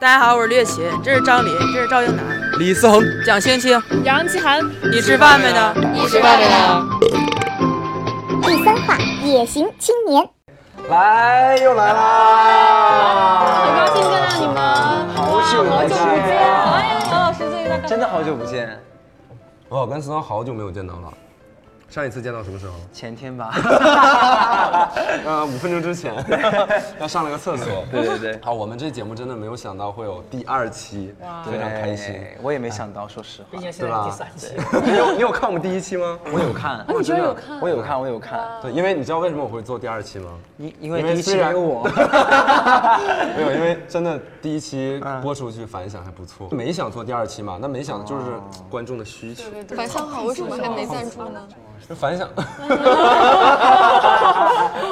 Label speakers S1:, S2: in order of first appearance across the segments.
S1: 大家好，我是略琴，这是张琳，这是赵英男，
S2: 李思恒，
S1: 蒋青青，
S3: 杨奇涵，
S1: 你吃饭没呢？
S3: 你吃饭没呢？
S4: 第三话，野行青年。
S2: 来又来
S3: 很
S2: 啦！
S3: 高兴见到你们，
S2: 好久
S3: 好
S2: 不
S3: 久不见！
S2: 见，
S3: 哎呀，王老师最近在干
S2: 真
S3: 嘛？
S2: 的好久不见，
S5: 我跟思恒好久没有见到了，上一次见到什么时候？
S2: 前天吧。
S5: 呃，五分钟之前， 要上了个厕所。
S2: 对对对，
S5: 好，我们这节目真的没有想到会有第二期，非常开心。啊
S2: 对哎我也没想到，说实话。
S3: 现在第三期，
S5: 你有你有看我们第一期吗？
S2: 我有看，
S3: 你居然有看？
S2: 我有看，我有看，
S5: 对，因为你知道为什么我会做第二期吗？
S2: 因因为第一期没 有我。
S5: 没有，因为真的第一期
S2: 嗯
S5: 播出去反响还不错，没想做第二期嘛，那没想就是
S2: 哦
S5: 观众的需求，
S6: 反向好，为什么还没赞助呢？
S5: 就反响。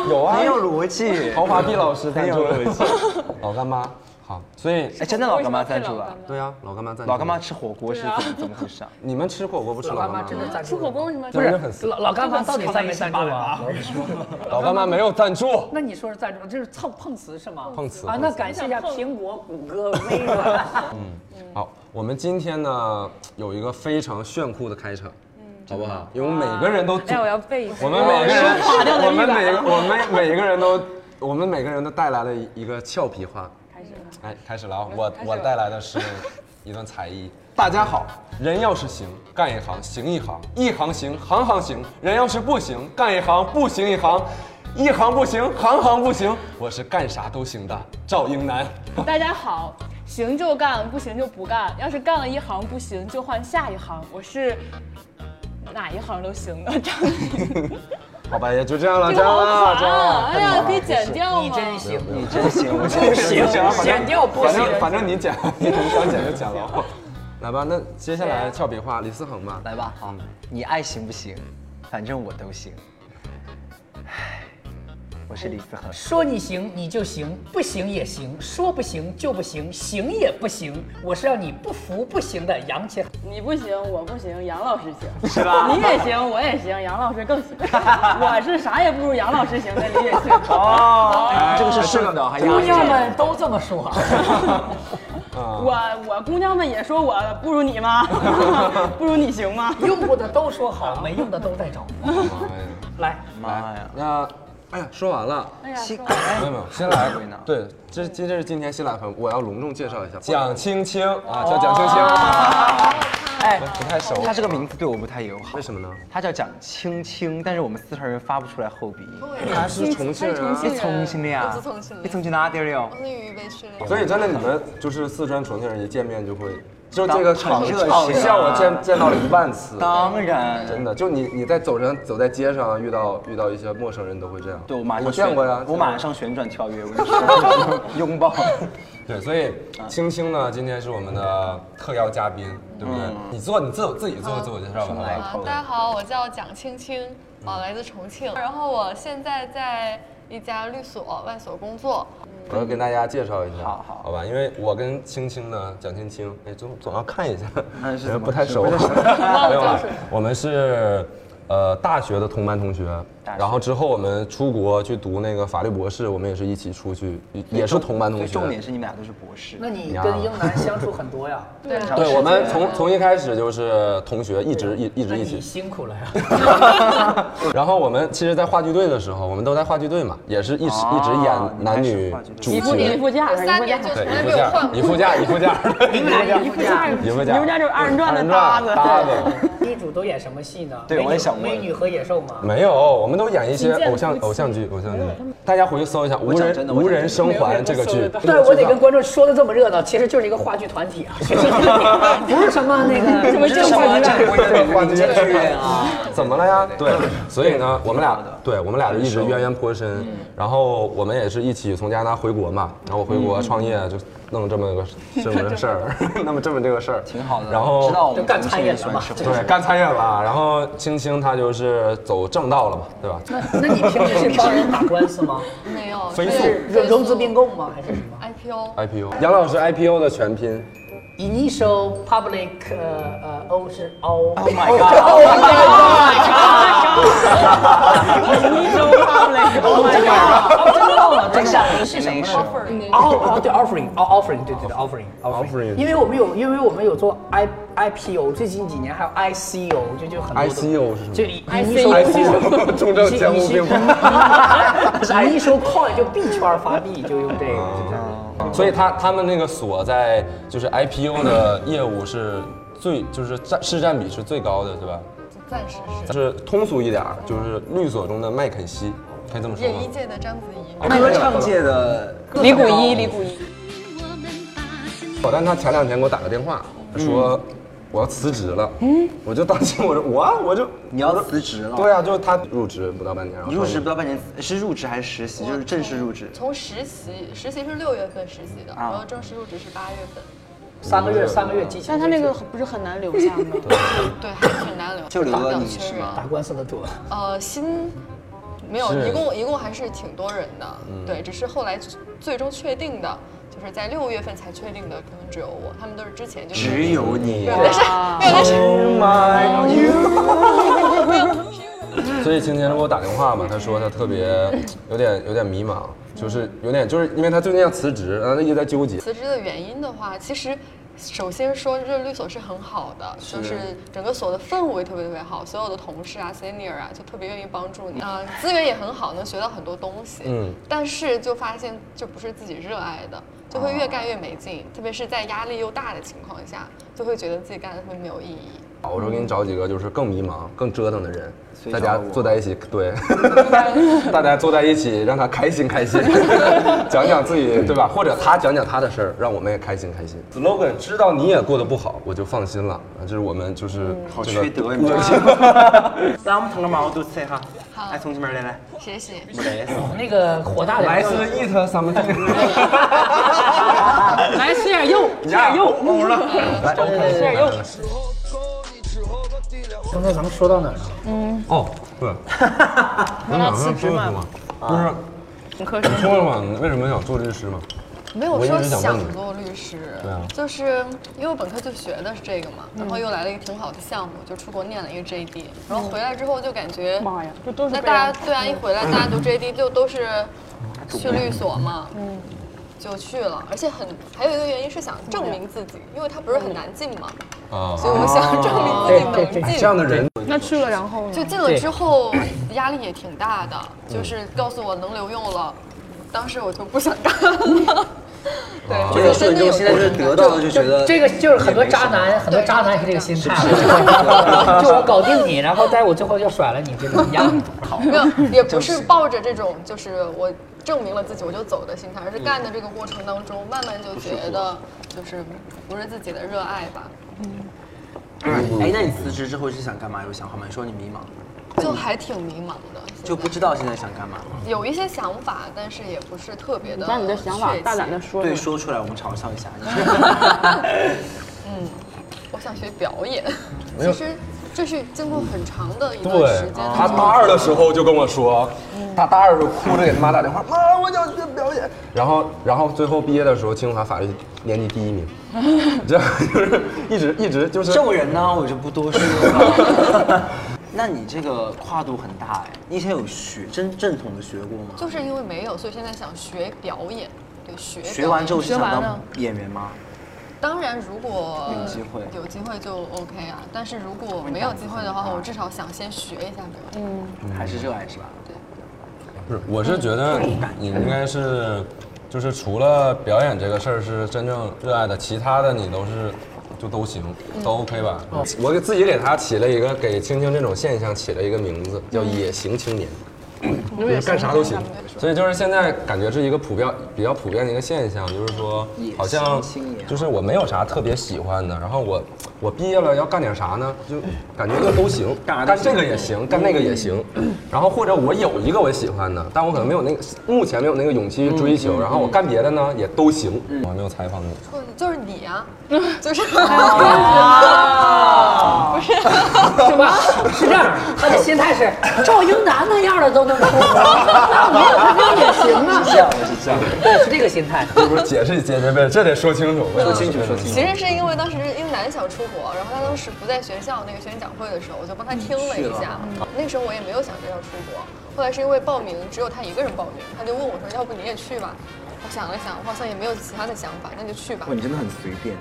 S5: 有啊，
S2: 很有逻辑，
S5: 豪华毕老师赞
S2: 很
S5: 助
S2: 有逻辑。
S5: 老干妈，好，所以
S2: 哎，真的老干妈赞助了。
S5: 对啊，老干妈赞助。
S2: 老干妈吃火锅是怎么怎么 回事啊？
S5: 你们吃火锅不吃老干妈吗？
S3: 吃火锅为什么？
S5: 不是很死。
S7: 老老干妈到底赞没赞助啊？
S5: 老干妈没有赞助，
S7: 那你说是赞助，这是蹭碰瓷是吗？
S5: 碰瓷
S7: 啊，那感谢一下苹果、谷歌、微软。
S5: 好，我们今天呢有一个非常炫酷的开场，好不好？因为我们每个人都组，
S1: 哎，我要背一下。
S5: 我们每个人，我们每个我们每个人都，我们每个人都带来了一个俏皮话。开始了，哎，开始了啊！我我带来的是一段才艺。大家好，人要是行，干一行，行一行，一行行，行行行；人要是不行，干一行，不行一行，一行不行，行行不行。我是干啥都行的赵英男。
S3: 大家好，行就干，不行就不干。要是干了一行不行，就换下一行。我是哪一行都行的，张琳。
S5: 好吧，也就这样了，
S3: 这
S5: 这
S3: 个
S5: 样
S3: 好
S5: 了，这
S3: 烦
S5: 样
S3: 啊！
S5: 了。
S3: 哎呀，可以剪掉吗？
S2: 你真行，我真行，
S5: 剪
S7: 剪掉不
S5: 反
S7: 行
S5: 正反正你剪，你想剪就剪了。来吧，那接下来俏皮话，李思恒吧。
S2: 来吧，
S5: 嗯
S2: 好，你爱行不行？反正我都行。唉，我是李思恒。
S7: 说你行你就行，不行也行；说不行就不行，行也不行。我是要你不服不行的杨千。
S3: 你不行，我不行，杨老师行，是吧？你也行，我也行，杨老师更 行。我是啥也不如杨老师行的，你也行。
S2: 哦，这个是顺的，还
S7: 姑娘们都这么 说。
S3: 我我姑娘们也说我不如你 吗？不如你行吗？
S7: 用过的都说好，没用的都在找。
S5: 妈
S7: 来，
S2: 妈呀！
S5: 呀，哎那哎呀，说完了。
S2: 新
S5: 没有没有，新来
S2: 鬼呢
S5: 对，这这这是今天新来的朋友，我要隆重介绍一下，蒋青青啊，叫蒋青青，
S2: 哎，
S5: 不太熟，
S2: 他这个名字对我不太友好
S5: 为。什么呢？
S2: 他叫蒋青青，但是我们四川人发不出来后鼻音。
S5: 他是重庆人啊，
S2: 你重庆的呀？
S6: 我是重庆的
S2: 你重庆哪点啊儿的哟
S6: 我？是渝北区的。
S5: 所以真的你们就是四川重庆人一见面就会，就这个
S2: 当
S5: 场
S2: 很热情啊
S5: 场笑我见见到了一万次，
S2: 当然，
S5: 真的，就你你在走上走在街上啊遇到遇到一些陌生人都会这样。
S2: 对我马上
S5: 我见过呀，
S2: 我马上旋转跳跃，我就是 拥抱。
S5: 对，所以
S2: 啊
S5: 青青呢，今天是我们的特邀嘉宾，对不对？
S2: 嗯
S5: 你做你自我自己做自我介绍吧，好吧？
S6: 啊，大家好，我叫蒋青青，啊，来自重庆，然后我现在在一家律所外所工作。
S5: 我要跟大家介绍一下，
S2: 好好
S5: 吧？因为我跟青青呢，蒋青青，哎，总总要看一下，
S2: 嗯是怎么
S5: 不太熟，没
S2: 是不是
S5: 有啦，我们是呃大学的同班同学
S2: 大，学
S5: 然后之后我们出国去读那个法律博士，我们也是一起出去，也是同班同学，
S2: 对重点是你们俩都是博士。
S7: 那你跟英男相处很多呀？对，
S5: 对，我们从从一开始就是同学，一直一一直一
S7: 你
S5: 起。
S7: 辛苦了 呀。
S5: 然后我们其实，在话剧队的时候，我们都在话剧队嘛，也是一直一直
S2: 啊
S5: 演男
S2: 你
S5: 女
S2: 还是话剧队
S5: 主
S3: 你
S5: 角。
S3: 不你副驾，
S6: 我
S3: 你
S6: 三
S3: 副
S6: 年
S3: 驾，
S6: 就从
S5: 对，
S6: 来
S5: 你
S6: 没
S5: 副驾，你副
S6: 有换过。
S5: 驾，你副驾，你副驾，
S3: 你副驾，
S5: 你副驾，
S3: 你副驾就是二人转的搭子。
S5: 搭子。
S7: 女主都演什么戏呢？
S2: 对
S7: 美女
S2: 我也想问
S7: 美女和野兽吗？
S5: 没有，我们都演一些偶像偶像剧，偶像剧。大家回去搜一下《无
S2: 讲
S5: 人
S2: 真的我
S5: 无
S2: 讲
S5: 人生还》这个剧。
S7: 对，我得跟观众说的这么热闹，其实就是一个话剧团 体啊，不是什么那个 什么
S2: 这是什么正规的
S5: 话
S2: 民
S5: 剧
S2: 间剧院啊？
S5: 怎么了呀？对，所以呢，我们俩
S2: 挺好的
S5: 对我们俩就一直渊源颇深。然后我们也是一起从加拿大回国嘛，然后我回国创业就弄这么 个这么个事儿，弄嗯这么这个事儿，
S2: 挺好的。
S5: 然后
S2: 知道我们
S7: 就干
S2: 重
S7: 餐
S2: 庆也
S7: 饮了
S2: 喜欢
S7: 嘛
S2: 吃火
S7: 这
S2: 锅
S5: 对干餐饮了，然后青青她就是走正道了嘛，对吧？
S7: 那你平时是帮人打官司 吗？
S6: 没有，
S5: 飞
S6: 这
S5: 速
S6: 是
S7: 融融资并购吗？还是什么？
S6: IPO。
S5: IPO，杨老师 IPO 的全拼，
S7: initial public 呃呃 O 是 O。
S2: Oh my god！
S3: Oh
S7: 哦，真的
S3: ，Oh
S7: 忘了，真的是什么呢
S6: Offering
S7: 哦哦，对，offering，哦，offering，对对对，offering，offering，
S5: Offering
S7: 因为我们有，因为我们有做 I IPO，最近几年还有 ICO，就就很多的
S5: ICO 是什么
S7: 就一
S5: ICO 重症监护病
S7: 房，是 initial coin 就币圈发币，就用这个，就这样
S5: 所以他他们那个所在就是 IPO 的业务是最就是占市占比是最高的，对吧？
S6: 暂时
S5: 但
S6: 是
S5: 是通俗一点儿，就是律所中的麦肯锡，可以这么说
S6: 演
S5: 吗
S6: 艺？界的章子怡。
S2: 歌唱界的
S3: 李谷一，李谷一，
S5: 我但他前两天给我打个电话，
S2: 嗯
S5: 说我要辞职了，我就当时我说我啊我就
S2: 你要辞职了？
S5: 对啊，就是他入职不到半年，然后
S2: 你入职不到半年，是入职还是实习？就是正式入职。
S6: 从实习，实习是六月份实习的，然后正式入职是八月份，
S7: 三个月，三个月激情。
S3: 但他那个不是很难留下吗？
S6: 对，还挺难留，
S2: 就留了
S6: 两
S2: 你
S6: 千
S2: 是
S6: 人
S2: 吗
S7: 打官司的多，
S6: 呃，新没有，
S5: 是
S6: 一共一共还是挺多人的，对，只是后来最终确定的，就是在六月份才确定的，可能只有我，他们都是之前就
S2: 只
S6: 是。
S2: 有你
S6: 对，但是没有，但是
S5: 所以今天他给我打电话嘛，他说他特别有点有点迷茫，就是有点就是因为他最近要辞职，然后他一直在纠结。
S6: 辞职的原因的话，其实首先说这律所是很好的，就是整个所的氛围特别特别好，所有的同事啊、senior 啊就特别愿意帮助你，呃，资源也很好，能学到很多东西。
S5: 嗯
S6: 但是就发现这不是自己热爱的，就会越干越没劲，特别是在压力又大的情况下，就会觉得自己干的特别没有意义。
S5: 我说给你找几个就是更迷茫、更折腾的人，
S2: 所以
S5: 大家
S2: 找我
S5: 坐在一起， 对，大家坐在一起，让他开心开心，讲讲自己，对吧？或者他讲讲他的事儿，让我们也开心开心。slogan 知道你也过得不好，我就放心了。啊这是我们就是
S6: 嗯
S2: 好
S5: 这个
S2: 缺德，你这是。 那我们同个毛都塞哈，
S6: 好
S2: 哎，同志们来来，
S6: 谢谢。
S2: 来，
S7: 那个火大的。
S5: eat something，
S7: 来吃点肉，吃点肉，欧了，来，吃点肉。刚才咱们说到哪儿了？
S6: 嗯
S5: 哦， 对，我想问说什么？
S6: 啊
S5: 就是你听了吗？你为什么想做律师吗？
S6: 没有
S5: 我一
S6: 说
S5: 直想问
S6: 想
S5: 你
S6: 做律师，
S5: 对啊
S6: 就是因为我本科就学的是这个嘛，然后又来了一个挺好的项目，就出国念了一个 JD，然后回来之后就感觉，
S3: 妈呀，这都是
S6: 那
S3: 被人
S6: 大家对啊，一回来大家读 JD 就都是去律所嘛，嗯，就去了，而且很还有一个原因是想证明自己，因为它不是很难进嘛，
S5: 啊，
S6: 所以我想证明自己能进
S5: 哎这。样的人，
S3: 那去了然后呢？
S6: 就进了之后压力也挺大的，
S3: 嗯
S6: 就是告诉我能留用了，当时我就不想干 了。对，
S2: 啊这个
S6: 真
S2: 最
S6: 的
S2: 终
S6: 有
S2: 现在就是得到了就觉得
S7: 这个就是很多渣男，很多渣男是这个心态，就我要搞定你，然后但是我最后就甩了你，这种一样。好，
S6: 没 有，也不是抱着这种就是我证明了自己我就走的心态，而是干的这个过程当中，慢慢就觉得就是不是自己的热爱吧，
S2: 哎，那你辞职之后是想干嘛？有想好吗？你说你迷茫，
S6: 就还挺迷茫的，
S2: 就不知道现在想干嘛。
S6: 有一些想法，但是也不是特别的。
S3: 把你的想法大胆的。说出
S2: 对，
S3: 来。
S2: 说出来我们嘲笑一下你。
S6: 我想学表演，其实这是经过很长的一段时间的
S2: 啊
S5: 他大二的时候就跟我说，他大二的时候哭着给他妈打电话， 妈，我想学表演。然后，然后最后毕业的时候，清华法律年级第一名， 这就是一直一直就是
S2: 这种人呢，我就不多说了。 那你这个跨度很大哎，你以前有学真正统的学过吗？
S6: 就是因为没有，所以现在想学表演，对，学表演
S2: 学完之后是想
S3: 学完
S2: 当
S3: 了
S2: 演员吗？
S6: 当然，如果
S2: 有机会
S6: 有机会就 OK 啊。但是如果没有机会的话，我至少想先学一下表演。
S2: 还是热爱是吧？
S5: 不是，我是觉得你应该是，就是除了表演这个事儿是真正热爱的，其他的你都是就都行，都 OK 吧？我给自己给他起了一个给青青这种现象起了一个名字，叫野行青年。就是干啥都行，所以就是现在感觉是一个普遍比较普遍的一个现象，就是说
S2: 野
S5: 好像
S2: 心青年
S5: 就是我没有啥特别喜欢的，然后我我毕业了要干点啥呢？就感觉就都行，
S2: 干啥都
S5: 干
S2: 行嗯
S5: 这个也行，干那个也行， 然后或者我有一个我喜欢的，但我可能没有那个目前没有那个勇气去追
S2: 嗯
S5: 求，然后我干别的呢也都行。我还没有采访你，
S6: 或者就是你啊，就是
S7: 不是，什么？是这样，他的心态是赵英男那样的都能哭，那没有他没有也行啊。
S2: 这样的是这样的，
S7: 对，是这个心态。
S5: 不是解释解释呗，这得说清楚。
S2: 说清楚说清楚。
S6: 其实是因为当时英男想出国，然后他当时不在学校那个学生讲会的时候，我就帮他听了一
S2: 啊
S6: 下。嗯那时候我也没有想着要出国，后来是因为报名只有他一个人报名，他就问我说：“要不你也去吧？”我想了想，我好像也没有其他的想法，那就去吧
S2: 哇，。你真的很随便。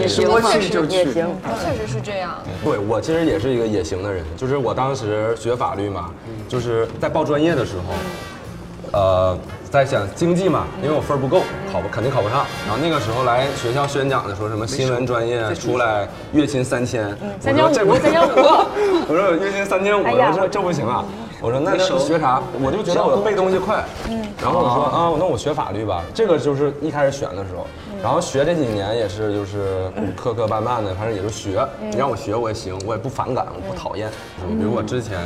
S1: 也行
S2: 说去就
S1: 也
S2: 去
S1: 行。
S6: 确实是这样，
S5: 对我其实也是一个野行的人，就是我当时学法律嘛，
S2: 嗯
S5: 就是在报专业的时候，呃，在想经济嘛，因为我分儿不够，考不肯定考不上。然后那个时候来学校宣讲的时候，什么新闻专业出来月薪三千，
S3: 嗯三千
S5: 这
S3: 五
S5: 不
S3: 三千五 哎
S5: 我说我月薪三千五，我说这这不行啊。我说那
S2: 没
S5: 那
S2: 熟
S5: 学啥？我就觉得我背东西快，
S3: 嗯
S5: 然后我说啊，
S2: 哦
S5: 那我学法律吧。这个就是一开始选的时候，
S3: 嗯
S5: 然后学这几年也是就是嗯磕磕绊绊的，反正也就学。
S3: 嗯
S5: 你让我学我也行，我也不反感，我不讨厌。就是比如我之前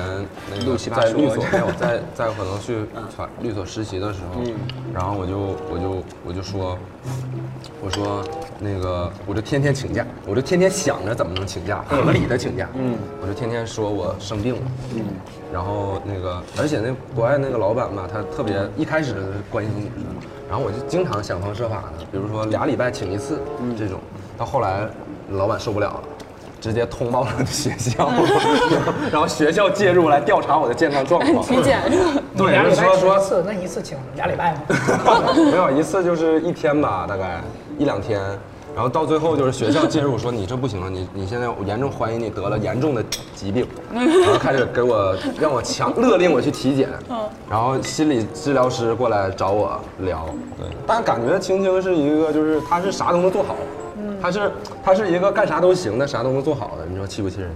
S5: 那
S2: 六
S5: 个
S2: 七八
S5: 在
S2: 说
S5: 律所，没有哎在在可能去法律所实习的时候，然后我就我就我就说，我说那个，我就天天请假，我就天天想着怎么能请假，合理的请假。嗯，我就天天说我生病了。嗯，然后那个，而且那国外那个老板吧，他特别一开始关心女生，然后我就经常想方设法的，比如说俩礼拜请一次
S7: 嗯
S5: 这种，到后来老板受不了了。直接通报了 学校，然后学校介入来调查我的健康状况。
S3: 体检
S5: 对，
S7: 俩
S5: 就
S7: 礼
S5: 是说
S7: 拜请一
S5: 说
S7: 次，那一次请俩礼 拜吗？
S5: 没有一次就是一天吧，大概一两天。然后到最后就是学校介入说你这不行了，你你现在我严重怀疑你得了严重的疾 病，然后开始给我让我强勒令我去体检，然后心理治疗师过来找我聊，对，但感觉青青是一个就是他是啥都能做好，他是他是一个干啥都行的，啥都能做好的，你说气不气人？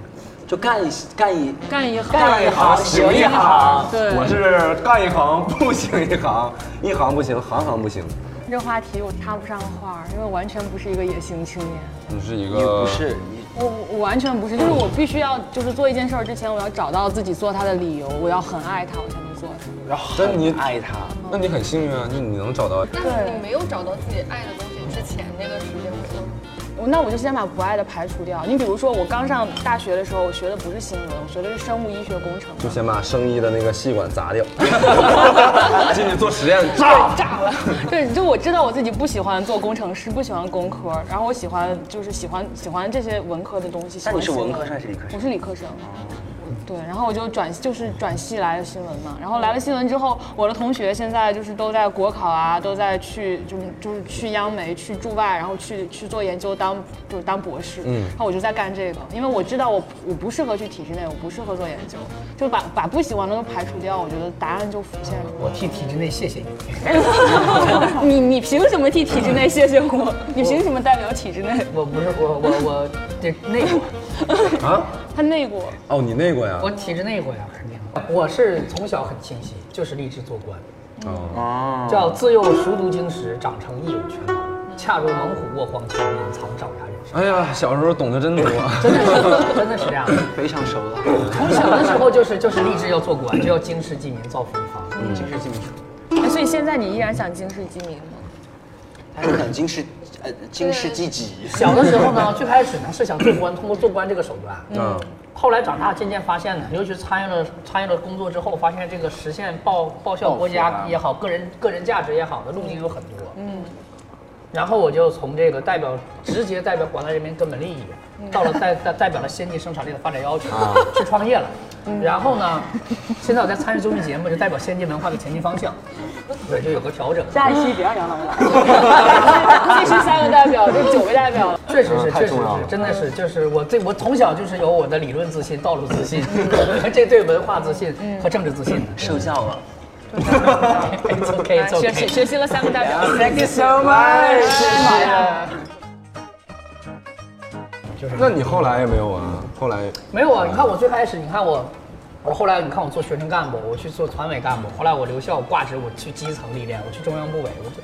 S2: 就干一干一
S3: 干一行，
S5: 干一行啊行一行，
S3: 对
S5: 我是干一行不行一行，一行不行，行行不行。
S3: 这话题我插不上话儿，因为我完全不是一个野行青年。
S5: 你是一个
S2: 你不是你
S3: 我我完全不是，就是我必须要，就是做一件事儿之前，我要找到自己做它的理由，我要很爱它，我才能做它。
S5: 那你
S2: 爱他，
S5: 那你很幸运啊，就你能找到。
S6: 但是你没有找到自己爱的东西之前，那个时间不行。
S3: 我那我就先把不爱的排除掉。你比如说，我刚上大学的时候，我学的不是新闻，我学的是生物医学工程。
S5: 就先把生医的那个细管砸掉，进去做实验炸。
S3: 炸了！对，就我知道我自己不喜欢做工程师，不喜欢工科，然后我喜欢就是喜欢喜欢这些文科的东西。喜
S2: 那
S3: 欢
S2: 你是
S3: 新闻
S2: 文科生还是理科
S3: 我
S2: 生？
S3: 是理科生。对，然后我就转就是转系来了新闻嘛，然后来了新闻之后，我的同学现在就是都在国考啊，都在去就是就是去央媒去驻外，然后去去做研究当就是当博士，嗯，然后我就在干这个，因为我知道我我不适合去体制内，我不适合做研究，就把把不喜欢的都排除掉，我觉得答案就浮现出
S7: 我替体制内谢谢你。
S3: 来。 你你凭什么替体制内谢谢我？你凭什么代表体制内？
S7: 我不是我我我这内过，
S3: 他内过，
S5: 哦，你那过呀？
S7: 我体制内过呀，肯定。我是从小很清晰，就是立志做官，
S5: 哦，
S7: 叫自幼熟读经史，长成义勇全能，恰如猛虎卧黄泉，隐藏爪牙人生。
S5: 哎呀，小时候懂得真多。啊
S7: 真的是，真的是这样的。
S2: 非常熟了，
S7: 从小的时候就是就是立志要做官，就要经世济民，造福一方。嗯，
S2: 经世济民。
S3: 哎所以现在你依然想经世济民吗？
S2: 他是想经世呃经世济己，
S7: 小的时候呢，最开始呢是想做官，通过做官这个手段。
S5: 嗯，
S7: 后来长大，渐渐发现呢，尤其参与了参与了工作之后，发现这个实现报报效国
S2: 抱负啊
S7: 家也好，个人个人价值也好的路径有很多。嗯。然后我就从这个代表直接代表广大人民根本利益，到了代代代表了先进生产力的发展要求，去创业了。然后呢，现在我在参与综艺节目，就代表先进文化的前进方向，对，就有个调整。
S3: 下一期别让杨老 来，这是三个代表，这九位代表了。
S7: 确实是，
S5: 嗯太
S7: 确实
S5: 重要
S7: 是
S5: 了，
S7: 真的是，就是我这我从小就是有我的理论自信、道路自信， 这对文化自信和政治自信的。
S2: 受教了。
S5: 啊
S7: It's okay, it's
S3: 学
S7: okay.
S3: 习学习了三个代哎表，
S7: Thank you so much，谢哎谢。
S5: 那你后来也没有啊？后来
S7: 没有啊，你看我最开始，你看我，我后来你看我做学生干部，我去做团委干部，后来我留校挂职，我去基层历练，我去中央部委，我就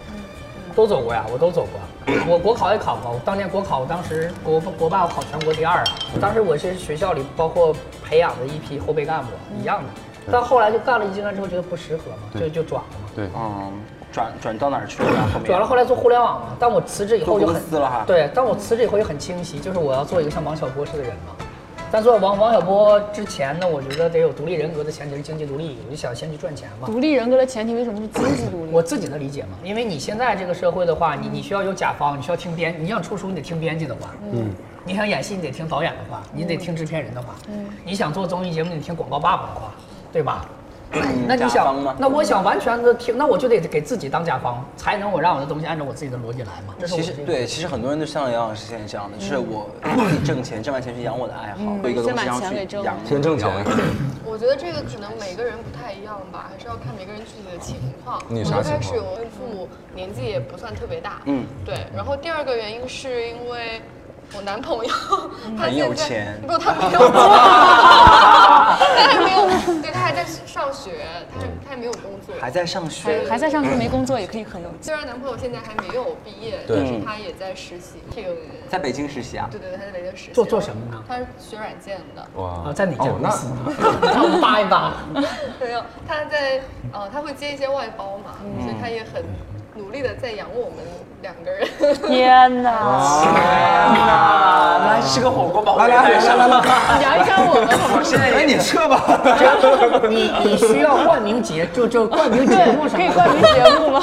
S7: 都走过呀，我都走过。我国考也考过，我当年国考，我当时国国霸我考全国第二啊。当时我是学校里包括培养的一批后备干部一样的，但后来就干了一阶段之后觉得不适合嘛，就就转了嘛。
S5: 对，
S2: 嗯，转转到哪儿去了？后面
S7: 转了后来做互联网嘛，但我辞职以后就
S2: 做公
S7: 很
S2: 司了哈
S7: 对，但我辞职以后就很清晰，就是我要做一个像王小波似的人嘛。但做王王小波之前呢，我觉得得有独立人格的前提是经济独立，我就想先去赚钱嘛。
S3: 独立人格的前提为什么是经济独立？
S7: 我自己的理解嘛，因为你现在这个社会的话，你你需要有甲方，你需要听编，你想出书你得听编辑的话，嗯，你想演戏你得听导演的话，你得听制片人的话，嗯，你想做综艺节目你听广告爸爸的话，对吧？那
S2: 嗯
S7: 你
S2: 甲
S7: 想
S2: 方吗，
S7: 那我想完全的听，那我就得给自己当甲方，才能我让我的东西按照我自己的逻辑来嘛。这是我
S2: 其实
S7: 这个
S2: 对，其实很多人都像杨老师现在这样的，就是我自己挣钱，挣完钱去养我的爱好，做一个东西
S3: 先把
S2: 然后
S3: 钱
S2: 去
S3: 给挣
S2: 养
S3: 了。
S5: 先挣钱，
S6: 我觉得这个可能每个人不太一样吧，还是要看每个人具体的情况。
S5: 你
S6: 我
S5: 啥
S6: 一开
S5: 情
S6: 始
S5: 况
S6: 我跟父母年纪也不算特别大，
S2: 嗯，
S6: 对。然后第二个原因是因为我男朋友他
S2: 很有
S6: 现在
S2: 钱
S6: 不，他没有钱，他还没有，对他还在上学，他还他还没有工作，
S2: 还在上学
S3: 还，还在上学没工作也可以很有钱。
S6: 虽然男朋友现在还没有毕业，
S5: 对
S6: 但是他也在实习，挺
S2: 在北京实习啊。
S6: 对对对，他在北京实习。
S7: 做做什么呢
S6: 他是学软件的，
S5: 哇
S7: 啊，在你家
S5: 哦
S7: 公
S5: 那
S7: 司，让我扒一扒。
S6: 没有，哦他在呃，他会接一些外包嘛，所以他也很努力的在养我们两个人。
S1: 天哪！
S2: 啊，来吃个火锅吧，来来来来来，
S3: 聊一下我们好
S2: 我现在也你撤吧。
S7: 你你需要冠名节，就就冠名节目什
S3: 可以
S7: 么
S3: 冠
S7: 的。
S3: 名节 目吗？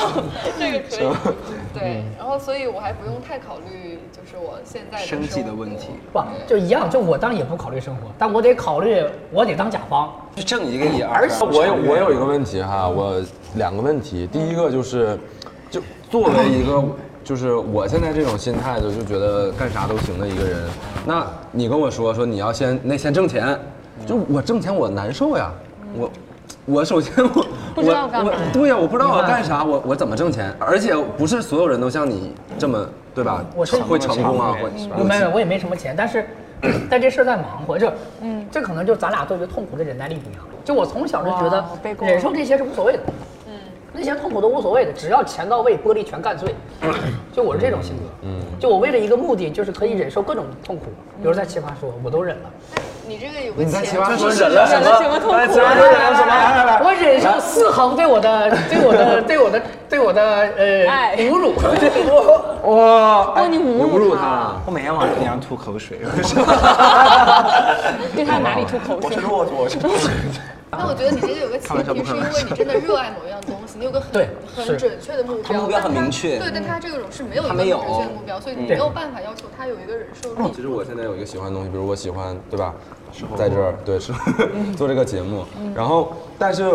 S6: 这个可以。
S5: 嗯
S6: 对，然后所以我还不用太考虑，就是我现在的
S2: 生计的
S6: 活
S2: 问题，
S7: 不就一样，就我当然也不考虑生活，但我得考虑，我得当甲方。
S2: 就挣一个亿二
S5: 而
S2: 十
S5: 且
S2: 万。
S5: 呃我有我有一个问题哈，我两个问题，第一个就是，就作为一个就是我现在这种心态的，就觉得干啥都行的一个人，那你跟我说说你要先那先挣钱，就我挣钱我难受呀，我。我首先我
S3: 不知道干嘛
S5: 我我对呀、我不知道我干啥，我我怎么挣钱？而且不是所有人都像你这么对吧？
S7: 我是
S5: 会成功啊，会
S7: 我没有，我也没什么钱，但是但这事儿在忙活着。嗯，这可能就咱俩对于痛苦的忍耐力不一样。就我从小就觉
S3: 哇被
S7: 得
S3: 过
S7: 忍受这些是无所谓的，嗯，那些痛苦都无所谓的，只要钱到位，玻璃全干碎。就我是这种性格，嗯，就我为了一个目的，就是可以忍受各种痛苦，比如在奇葩说，我都忍了，
S6: 你这个有个
S5: 你在
S6: 前
S5: 奇葩说
S2: 忍了什么？来其他人忍了什么？来来来，
S7: 我忍受四恒对我的对我的对我的对我的
S3: 爱
S7: 呃侮辱，
S3: 哎
S7: 我
S5: 哇，哎
S3: 你侮辱
S5: 辱
S3: 他
S5: 他，
S2: 我每天晚上给人吐口水。
S3: 对他哪里吐口
S2: 我
S3: 水
S2: 是？骆驼，我是 骆驼。
S6: 那我觉得你这个 有个前提，是因为你真的热爱某一样东西，你有个很
S7: 对是
S6: 很准确的目标，
S2: 他目标很
S6: 但
S2: 明确
S6: 对，但他这个种是没有一
S2: 他
S6: 个
S2: 没
S6: 很
S2: 有
S6: 准确的目标，所以你没有办法要求他有一个忍受力。
S5: 其实我现在有一个喜欢的东西，比如我喜欢，对吧？在这儿，对，是 做这个节目。然后，但是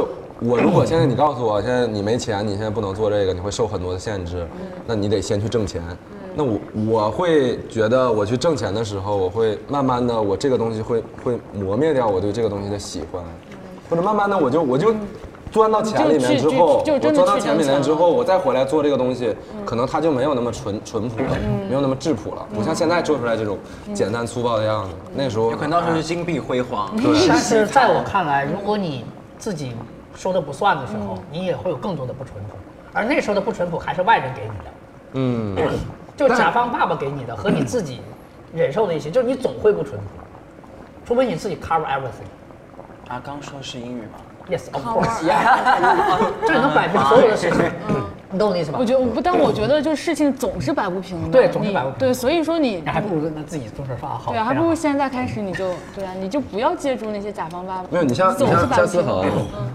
S5: 我如果现在你告诉我，现在你没钱，你现在不能做这个，你会受很多的限制，
S3: 嗯
S5: 那你得先去挣钱。那我我会觉得，我去挣钱的时候，我会慢慢的，我这个东西会会磨灭掉我对这个东西的喜欢，或者慢慢的我就我就钻到钱里面之后，
S3: 嗯就去就
S5: 我
S3: 真
S5: 钻
S3: 的
S5: 到
S3: 去
S5: 钱里
S3: 挣钱
S5: 面
S3: 了
S5: 之后。后我再回来做这个东西，
S3: 嗯
S5: 可能它就没有那么淳淳朴了，没有那么质朴了，不像现在做出来这种
S3: 嗯
S5: 简单粗暴的样子。那时候
S2: 有可能到时候是金碧辉煌。
S7: 但是在我看来，如果你自己说的不算的时候，你也会有更多的不淳朴，而那时候的不淳朴还是外人给你的，
S5: 嗯，
S7: 就甲方爸爸给你的和你自己忍受的一些，就是你总会不淳朴，除非你自己 cover everything。
S2: 啊，刚说是英语吗？
S7: Yes, of course, yeah，就是能摆平所有的事情，
S3: 嗯
S7: 你懂我的意思吧
S3: 我？觉得我不，但我觉得就是事情总是摆不平的，
S7: 对总是
S3: 你
S7: 摆不平
S3: 对，所以说你
S7: 你还不如那自己做事儿发好。
S3: 对啊，还不如现在开始你就对啊，你就不要借助那些甲方爸爸。
S5: 没有你像你
S3: 总是
S5: 像
S3: 摆
S5: 像
S3: 不
S5: 思
S3: 平
S5: 恒，啊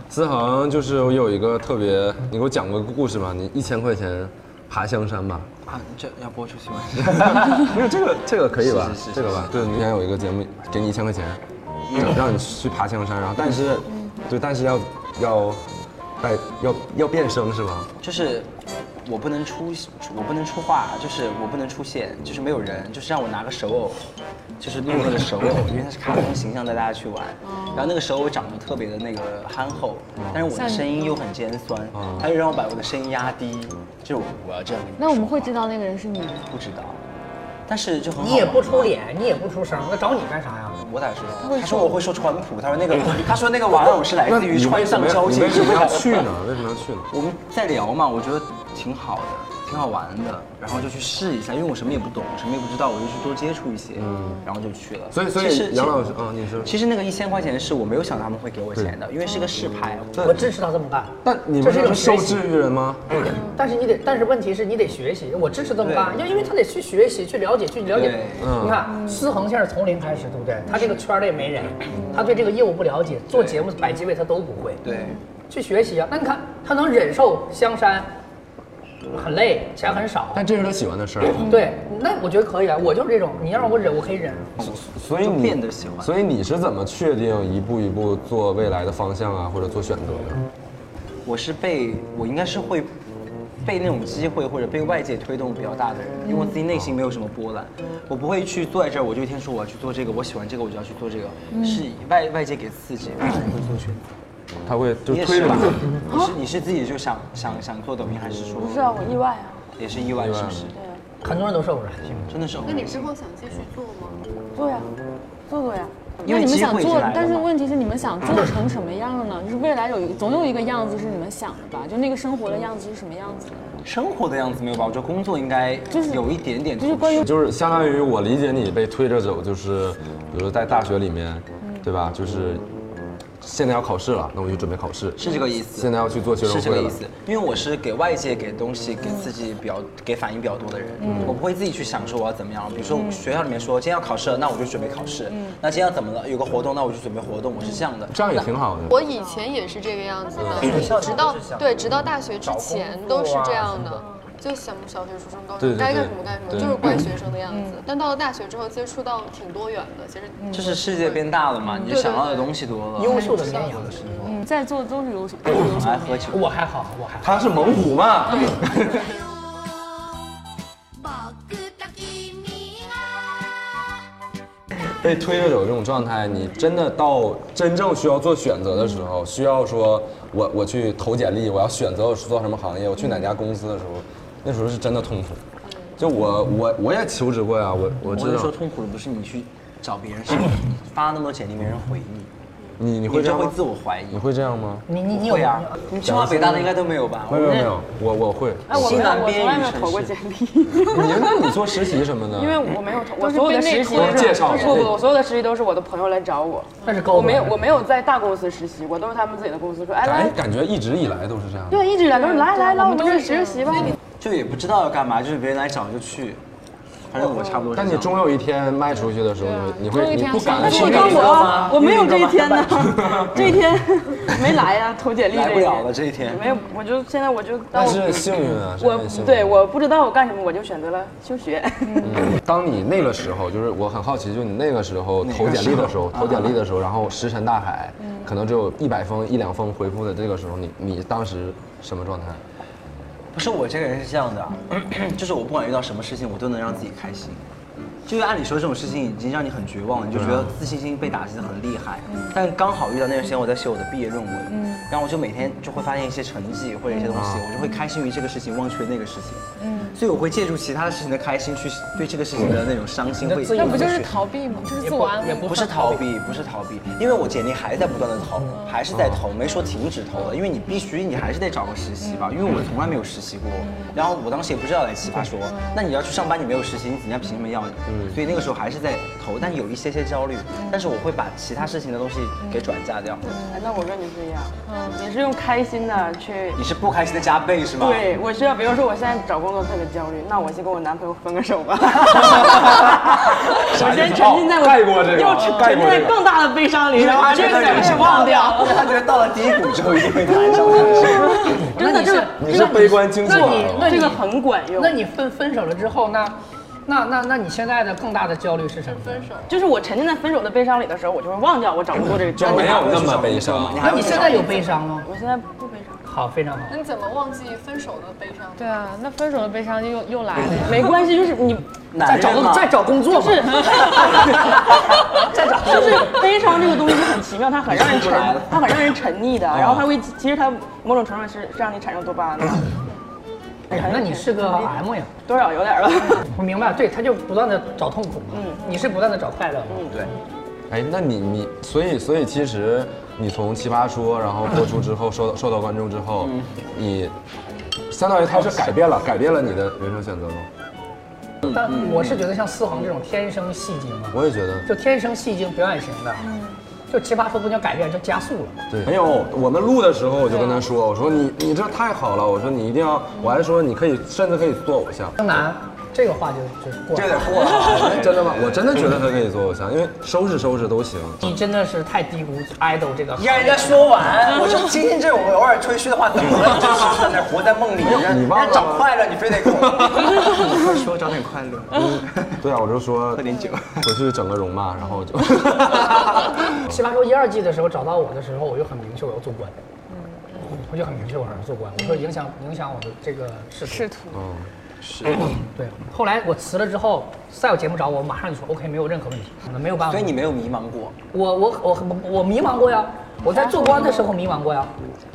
S5: 思恒就是我有一个特别，
S3: 嗯
S5: 你给我讲过一个故事嘛？你一千块钱爬香山吧？
S2: 啊，这要播出去吗？
S5: 没有这个这个可以吧？
S2: 嗯是是是
S5: 这个吧？对，之前有一个节目给你一千块钱，让你去爬香山，然后但是
S3: 嗯
S5: 对，但是要要带要要变声是吧？
S2: 就是我不能出，我不能出话，就是我不能出现，就是没有人，就是让我拿个手偶，就是录那个手偶，因为它是卡通形象带大家去玩。然后那个手偶长得特别的那个憨厚，但是我的声音又很尖酸，他就让我把我的声音压低，就是我我要这样跟你
S3: 那我们会
S2: 说
S3: 知道那个人是你吗？
S2: 话不知道，但是就很好玩
S7: 你也不出脸，你也不出声，那找你干啥呀？
S2: 我咋知道？他说我会说川普，他说那个，他说那个玩偶是来自于
S5: 你为
S2: 川
S5: 什
S2: 上
S5: 么要
S2: 交
S5: 你
S2: 界
S5: 为什么要
S2: 处。
S5: 去呢？为什么要去呢？
S2: 我们在聊嘛，我觉得挺好的，挺好玩的，然后就去试一下，因为我什么也不懂，什么也不知道，我就去多接触一些，然后就去了。
S5: 嗯所以所以
S2: 其实
S5: 杨老师
S2: 其实
S5: 啊你说
S2: 其实那个一千块钱是我没有想到他们会给我钱的，因为是个试拍，
S5: 嗯
S7: 我支持他这么干。
S5: 但你
S7: 这
S5: 们
S7: 是一种
S5: 是受
S7: 学习
S5: 制于人吗？
S7: 但是你得，但是问题是你得学习，我支持这么干，
S2: 对
S7: 因为因为他得去学习，去了解，去了解
S2: 对。
S5: 嗯
S7: 你看，思恒现在是从零开始，对不对？他这个圈儿内没人，他对这个业务不了解，做节目摆机位他都不会，
S2: 对，
S7: 去学习啊。那你看，他能忍受香山很累，钱很少，
S5: 但这是他喜欢的事儿，
S7: 对，那我觉得可以啊。我就是这种，你让我忍，我可以忍。
S5: 所以
S2: 就
S5: 你
S2: 变得喜欢
S5: 所以你是怎么确定一步一步做未来的方向啊，或者做选择的？
S2: 我是被我应该是会被那种机会或者被外界推动比较大的人，因为我自己内心没有什么波澜，我不会去坐在这儿，我就一天说我要去做这个，我喜欢这个我就要去做这个，是以外外界给刺激，我才会做选择。
S5: 他会就
S2: 你也
S5: 推
S2: 是
S5: 着
S2: 吧
S5: 你。？
S2: 你是你是自己就想想想做抖音，还是说
S1: 不是啊，我意外啊，
S2: 也是意外是不是？
S7: 很多人都受不了，
S5: 嗯
S7: 兄弟
S2: 真的是哦偶
S6: 那
S2: 然
S6: 你之后想继续做吗？
S1: 做呀，做做呀。
S2: 因为
S3: 那你们
S2: 机
S3: 想
S2: 会已经
S3: 做
S2: 来，
S3: 但
S2: 了
S3: 是
S2: 嘛。
S3: 问题是你们想做成什么样呢？就是未来有一总有一个样子是你们想的吧？就那个生活的样子是什么样子的？
S2: 生活的样子没有吧？我觉得工作应该
S3: 就是
S2: 有一点点
S3: 就
S2: 突
S3: 是
S2: 出。
S3: 关于
S5: 就是相当于我理解你被推着走，就是比如说在大学里面，对吧？就是现在要考试了，那我就准备考试，
S2: 是这个意思
S5: 现在要去做学生
S2: 是这
S5: 会
S2: 个意
S5: 了，
S2: 思，因为我是给外界给东西给刺激比较给反应比较多的人，
S5: 嗯
S2: 我不会自己去想说我要怎么样。比如说我们学校里面说今天要考试了，那我就准备考试。
S5: 嗯
S2: 那今天要怎么了？有个活动，那我就准备活动。我是这样的。
S5: 这样也挺好的。
S6: 我以前也是这个样子
S5: 嗯
S6: 的，直到对，直到大学之前都是这样的，就想小学、初中、高
S5: 对
S6: 中
S5: 对
S6: 该干
S5: 对
S6: 什么干什么，
S5: 对嗯
S6: 就是乖学生的样子。但到了大学之后，接触到挺多元的，其实
S2: 就是世界变大了嘛，你想要的东西多了。
S7: 优秀的绵羊，
S3: 嗯，在座都是优秀，都是优秀
S2: 我爱
S3: 的。
S2: 喝酒，
S7: 我还好，我还好。
S5: 他是猛虎嘛？
S8: 僕と君が
S5: 被推着走这种状态，你真的到真正需要做选择的时候，需要说我我去投简历，我要选择我是做什么行业，我去哪家公司的时候，那时候是真的痛苦。就我我我也求职过呀，我我
S2: 我
S5: 知
S2: 就说
S5: 道
S2: 痛苦的不是你去找别人，是你发那么多简历没人回你，
S5: 你你
S2: 你
S5: 会这
S2: 就
S5: 样
S2: 会
S5: 吗
S2: 自我怀疑。
S5: 你会这样吗？
S7: 你你你有
S2: 会啊，你清华北大的应该都没有吧？
S5: 没有
S9: 嗯
S5: 没有没有，我 我会。
S9: 哎，我
S2: 西
S9: 没有，
S2: 南
S9: 我
S2: 边
S9: 从来
S2: 缘
S9: 没有
S2: 城
S9: 投过
S2: 市
S9: 简历，
S5: 你那你做实习什么的？
S9: 因为我 没有投，我所有的实习
S5: 都是介绍
S9: 不不不，我所有的实习都是我的朋友来找我，
S7: 那是高
S9: 我
S7: 管
S9: 没有我没有在大公司实习，我都是他们自己的公司说，哎来
S5: 感，感觉一直以来都是这样。
S9: 对，一直以来都是来来来，我们这儿实习吧。
S2: 就也不知道要干嘛，就是别人来找就去，反正我差不多是这
S5: 但
S2: 样。
S5: 你终有一天迈出去的时候，
S9: 啊
S5: 你会你不敢
S2: 但
S5: 去
S2: 是
S9: 我
S2: 你
S9: 告
S2: 知
S9: 诉我
S2: 道
S9: 啊
S2: 吗，
S9: 我没有这一天呢，这一天 没来呀，投简历
S2: 来
S9: 这
S2: 不
S9: 一
S2: 了
S9: 天
S2: 了这一天。
S9: 没有，我就现在我就到
S5: 但是幸运啊，真的
S9: 我
S5: 幸运
S9: 对我不知道我干什么，我就选择了休学。
S5: 当你那个时候，就是我很好奇，就你那个时候投简历的时候，投啊简历的时候，然后石沉大海，可能只有一百封、一两封回复的这个时候，你你当时什么状态？
S2: 不是我这个人是这样的啊， 就是我不管遇到什么事情，我都能让自己开心。就是按理说这种事情已经让你很绝望，你就觉得自信心被打击的很厉害。但刚好遇到那段时间我在写我的毕业论文，然后我就每天就会发现一些成绩或者一些东西，我就会开心于这个事情，忘却那个事情。所以我会借助其他事情的开心去对这个事情的那种伤心会。
S3: 那不就是逃避吗？就是自我安慰。
S2: 不是逃避，不是逃避，因为我简历还在不断的投，还是在投，没说停止投的，因为你必须你还是得找个实习吧，因为我从来没有实习过，然后我当时也不知道来奇葩说，那你要去上班你没有实习，你人家凭什么要你？所以那个时候还是在投，但有一些些焦虑，但是我会把其他事情的东西给转嫁掉。
S9: 哎 那我跟你不一样，嗯，你是用开心的去。
S2: 你是不开心的加倍是吗？
S9: 对，我需要，比如说我现在找工作特别焦虑，那我先跟我男朋友分个手吧。我先沉浸在我
S5: 盖过这个
S9: 又沉
S5: 盖
S9: 沉
S5: 过
S9: 浸在
S5: 这个
S9: 更大的悲伤里，然后
S2: 他
S9: 这
S2: 觉
S9: 个
S2: 得
S9: 想
S2: 有
S9: 法
S2: 一
S9: 是
S2: 些
S9: 忘掉。
S2: 他觉得到了低谷之后一定会谈上的。
S9: 真的，这个
S5: 你是悲观经济
S7: 那
S5: 吗？
S7: 你那
S9: 这
S7: 你
S9: 个很管用
S7: 那。你分分手了之后，那那那那你现在的更大的焦虑是什么？分手。
S9: 就是我沉浸在分手的悲伤里的时候，我就会忘掉我找工作这个。
S5: 就没有那么悲伤
S2: 你。
S7: 那
S2: 还会
S7: 你现在有悲伤吗？
S9: 我现在不悲伤，
S7: 好，非常好。
S6: 那你怎么忘记分手的悲伤？
S3: 对啊，那分手的悲伤就又又来了呀。
S9: 没关系，就是你
S2: 男人嘛
S7: 再找工 作嘛。
S9: 是，就是悲伤这个东西就很奇妙，它很让人沉
S2: 出来了，
S9: 它很让人沉溺的，然后它会，其实它某种程度上是是让你产生多巴胺的，
S7: 哎呀，那你是个 M 呀。
S9: 多少有点儿吧。
S7: 我明白，对，他就不断的找痛苦嘛。你是不断的找快乐嘛。
S2: 对，
S5: 哎，那你你所以所以其实你从奇葩说然后播出之后受到受到关注之后，你相当于嗯它是改变了改变了你的人生选择吗？
S7: 但我是觉得像思恒这种天生戏精啊，
S5: 我也觉得
S7: 就天生戏精表演型的，就奇葩说不叫改变，叫加速了。
S5: 对，没有。我们录的时候我就跟他说，我说你你这太好了，我说你一定要，我还说你可以甚至可以做偶像。
S7: 江南这个话就就过了，
S5: 过
S2: 啊
S5: 了， 真的吗？我真的觉得他可以做偶像，因为收拾收拾都行。
S7: 你真的是太低估 idol 这个行
S2: 你
S7: 业
S2: 让人家说完，我说今天这种偶尔吹嘘的话，怎么了？就是在那活在梦里，
S5: 你
S2: 人
S5: 忘了
S2: 家找快乐，你非得跟我说找点快乐，
S5: 对啊，我就说
S2: 喝点酒。
S5: 我去整个容嘛，然后 我就
S7: 奇葩说一二季的时候找到我的时候，我就很明确我要做官，我就很明确我要做官，我说影响影响我的这个仕途。
S3: 仕途。
S7: 对，后来我辞了之后，再有节目找我，我马上就说 OK，没有任何问题，没有办法。
S2: 所以你没有迷茫过，
S7: 我我我我迷茫过呀，我在做官的时候迷茫过呀。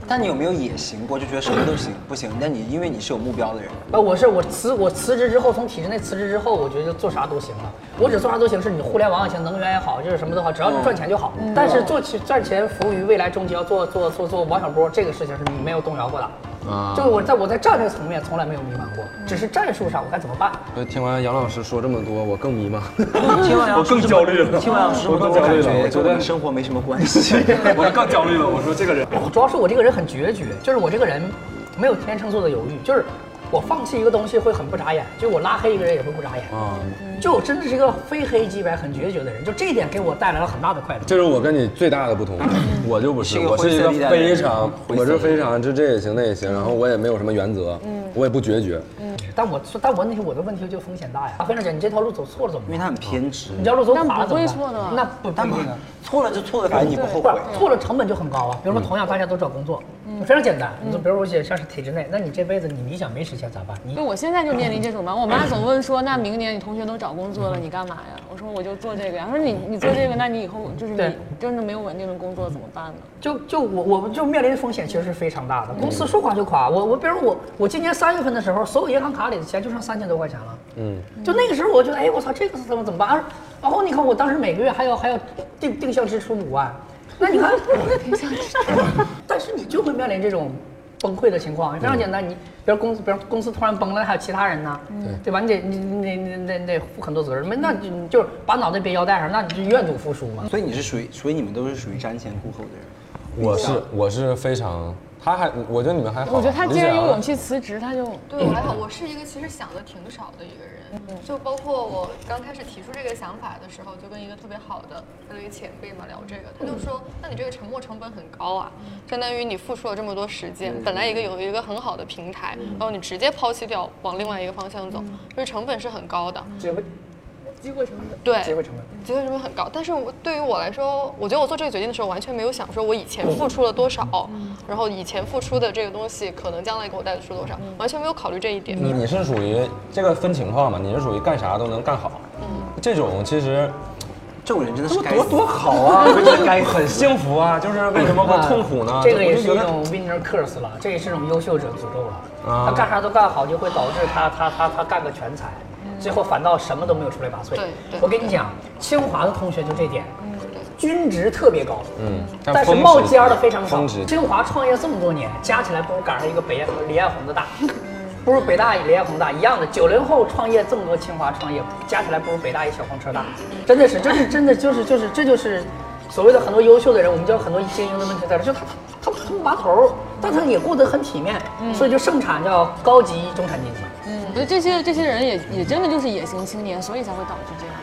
S2: 但你有没有也行过？就觉得什么都行不行？但你因为你是有目标的人，
S7: 呃，我是我辞我辞职之后，从体制内辞职之后，我觉得做啥都行了。我只做啥都行，是你互联网也行，能源也好，就是什么都好，只要你赚钱就好。但是做起赚钱服务于未来终极要做做做做王小波这个事情是没有动摇过的。
S5: 啊
S7: 就是我在我在战略层面从来没有迷茫过，只是战术上我该怎么办。
S5: 就听完杨老师说这么多，我更迷茫。
S2: 听完杨
S5: 我更焦虑了
S2: 听完杨师傅
S5: 我
S2: 我
S5: 更
S2: 感
S5: 焦虑了
S2: 觉
S5: 我觉
S2: 跟
S5: 得
S2: 我们生活没什么关 系。
S5: 我更焦虑了。我说这个人，
S7: 主要是我这个人很决绝，就是我这个人没有天秤座的犹豫，就是我放弃一个东西会很不眨眼，就是我拉黑一个人也会不眨眼。
S5: 啊，
S7: 就我真的是一个非黑即白、很决绝的人，就这一点给我带来了很大的快乐。
S5: 这是我跟你最大的不同。我就不
S2: 是
S5: 嗯是，
S2: 一个
S5: 我是一
S2: 灰色
S5: 个
S2: 地带的人
S5: 非常，
S2: 灰色
S5: 我是非常就这也行那也行，然后我也没有什么原则，我也不决绝。
S7: 但我但我那些我的问题就风险大呀。啊，飞长姐，你这条路走错了怎么
S2: 因为
S7: 办？
S2: 他很偏执，
S7: 你这条路走垮了
S3: 但不
S7: 怎么办？
S3: 会错的吧
S7: 那不不
S2: 但
S7: 一
S2: 不
S7: 定啊。
S2: 错了就错了，反正你不后
S7: 不
S2: 悔。嗯
S7: 是错了，成本就很高啊。比如说，同样大家都找工作，
S3: 嗯
S7: 就非常简单。你就比如我写像是体制内，那你这辈子你理想没实现咋办？你
S3: 对，我现在就面临这种嘛。我妈总问说，那明年你同学都找工作了，你干嘛呀？我说我就做这个呀。她说你你做这个，那你以后就是
S7: 对
S3: 你真的没有稳定的工作怎么办呢？
S7: 就就我我们就面临的风险其实是非常大的，公司说垮就垮。我我比如我我今年三月份的时候，所有银行卡里的钱就剩三千多块钱了。嗯，就那个时候我觉得，哎，我操，这个怎么怎么办？而然后你看我当时每个月还要还要定定向支出五万，那你看， 但是你就会面临这种。崩溃的情况非常简单，你比如公司，比如公司突然崩了，还有其他人呢，嗯对吧？你得你你你你你得负很多责任，那你你就是把脑袋别腰带上，那你就愿赌服输嘛。
S2: 所以你是属于，所以你们都是属于瞻前顾后的人。
S5: 我是我是非常，他还我觉得你啊们还好。
S3: 我觉得她既然有勇
S5: 气，
S3: 气辞职，她就
S6: 对
S7: 嗯
S6: 我还好，我是一个其实想的挺少的一个人，就包括我刚开始提出这个想法的时候，就跟一个特别好的他的一个前辈嘛聊这个，他
S7: 嗯
S6: 就说，那你这个沉没成本很高啊，相当于你付出了这么多时间，
S7: 嗯
S6: 本来一个有一个很好的平台，然后你直接抛弃掉，往另外一个方向走，
S7: 嗯
S6: 就是成本是很高的，
S7: 机会
S6: 对，
S7: 嗯机会成本。
S6: 机会成本很高，但是我对于我来说，我觉得我做这个决定的时候，完全没有想说我以前付出了多少，
S7: 嗯
S6: 然后以前付出的这个东西，可能将来给我带来是多少，
S7: 嗯
S6: 完全没有考虑这一点。
S5: 你你是属于这个分情况嘛？你是属于干啥都能干好，这种其实
S2: 这种人真的是该
S5: 多
S2: 死
S5: 多好啊，很幸福啊，就是为什么会痛苦呢？
S7: 这个也
S5: 我
S7: 是
S5: 就
S7: 一
S5: 觉得
S7: 种 winner curse 了，这也是一种优秀者诅咒了。
S5: 啊
S7: 他干啥都干好，就会导致他他他他干个全才，最后反倒什么都没有出类拔萃
S6: 嗯对对。嗯
S7: 我跟你讲，清华的同学就这点，均值特别高，
S5: 嗯，
S7: 但是冒尖儿的非常少
S5: 峰值。
S7: 清华创业这么多年，加起来不如赶上一个北亚李彦宏的大。不如北大李彦宏大一样的，九零后创业这么多，清华创业加起来不如北大一小黄车大，真的是，这是真的就是就是这就是所谓的很多优秀的人，我们叫很多精英的问题在这，就他他他不拔头儿，但他也过得很体面，所以就盛产叫高级中产阶级，
S3: 嗯，我觉得这些这些人也也真的就是野心青年，所以才会导致这样。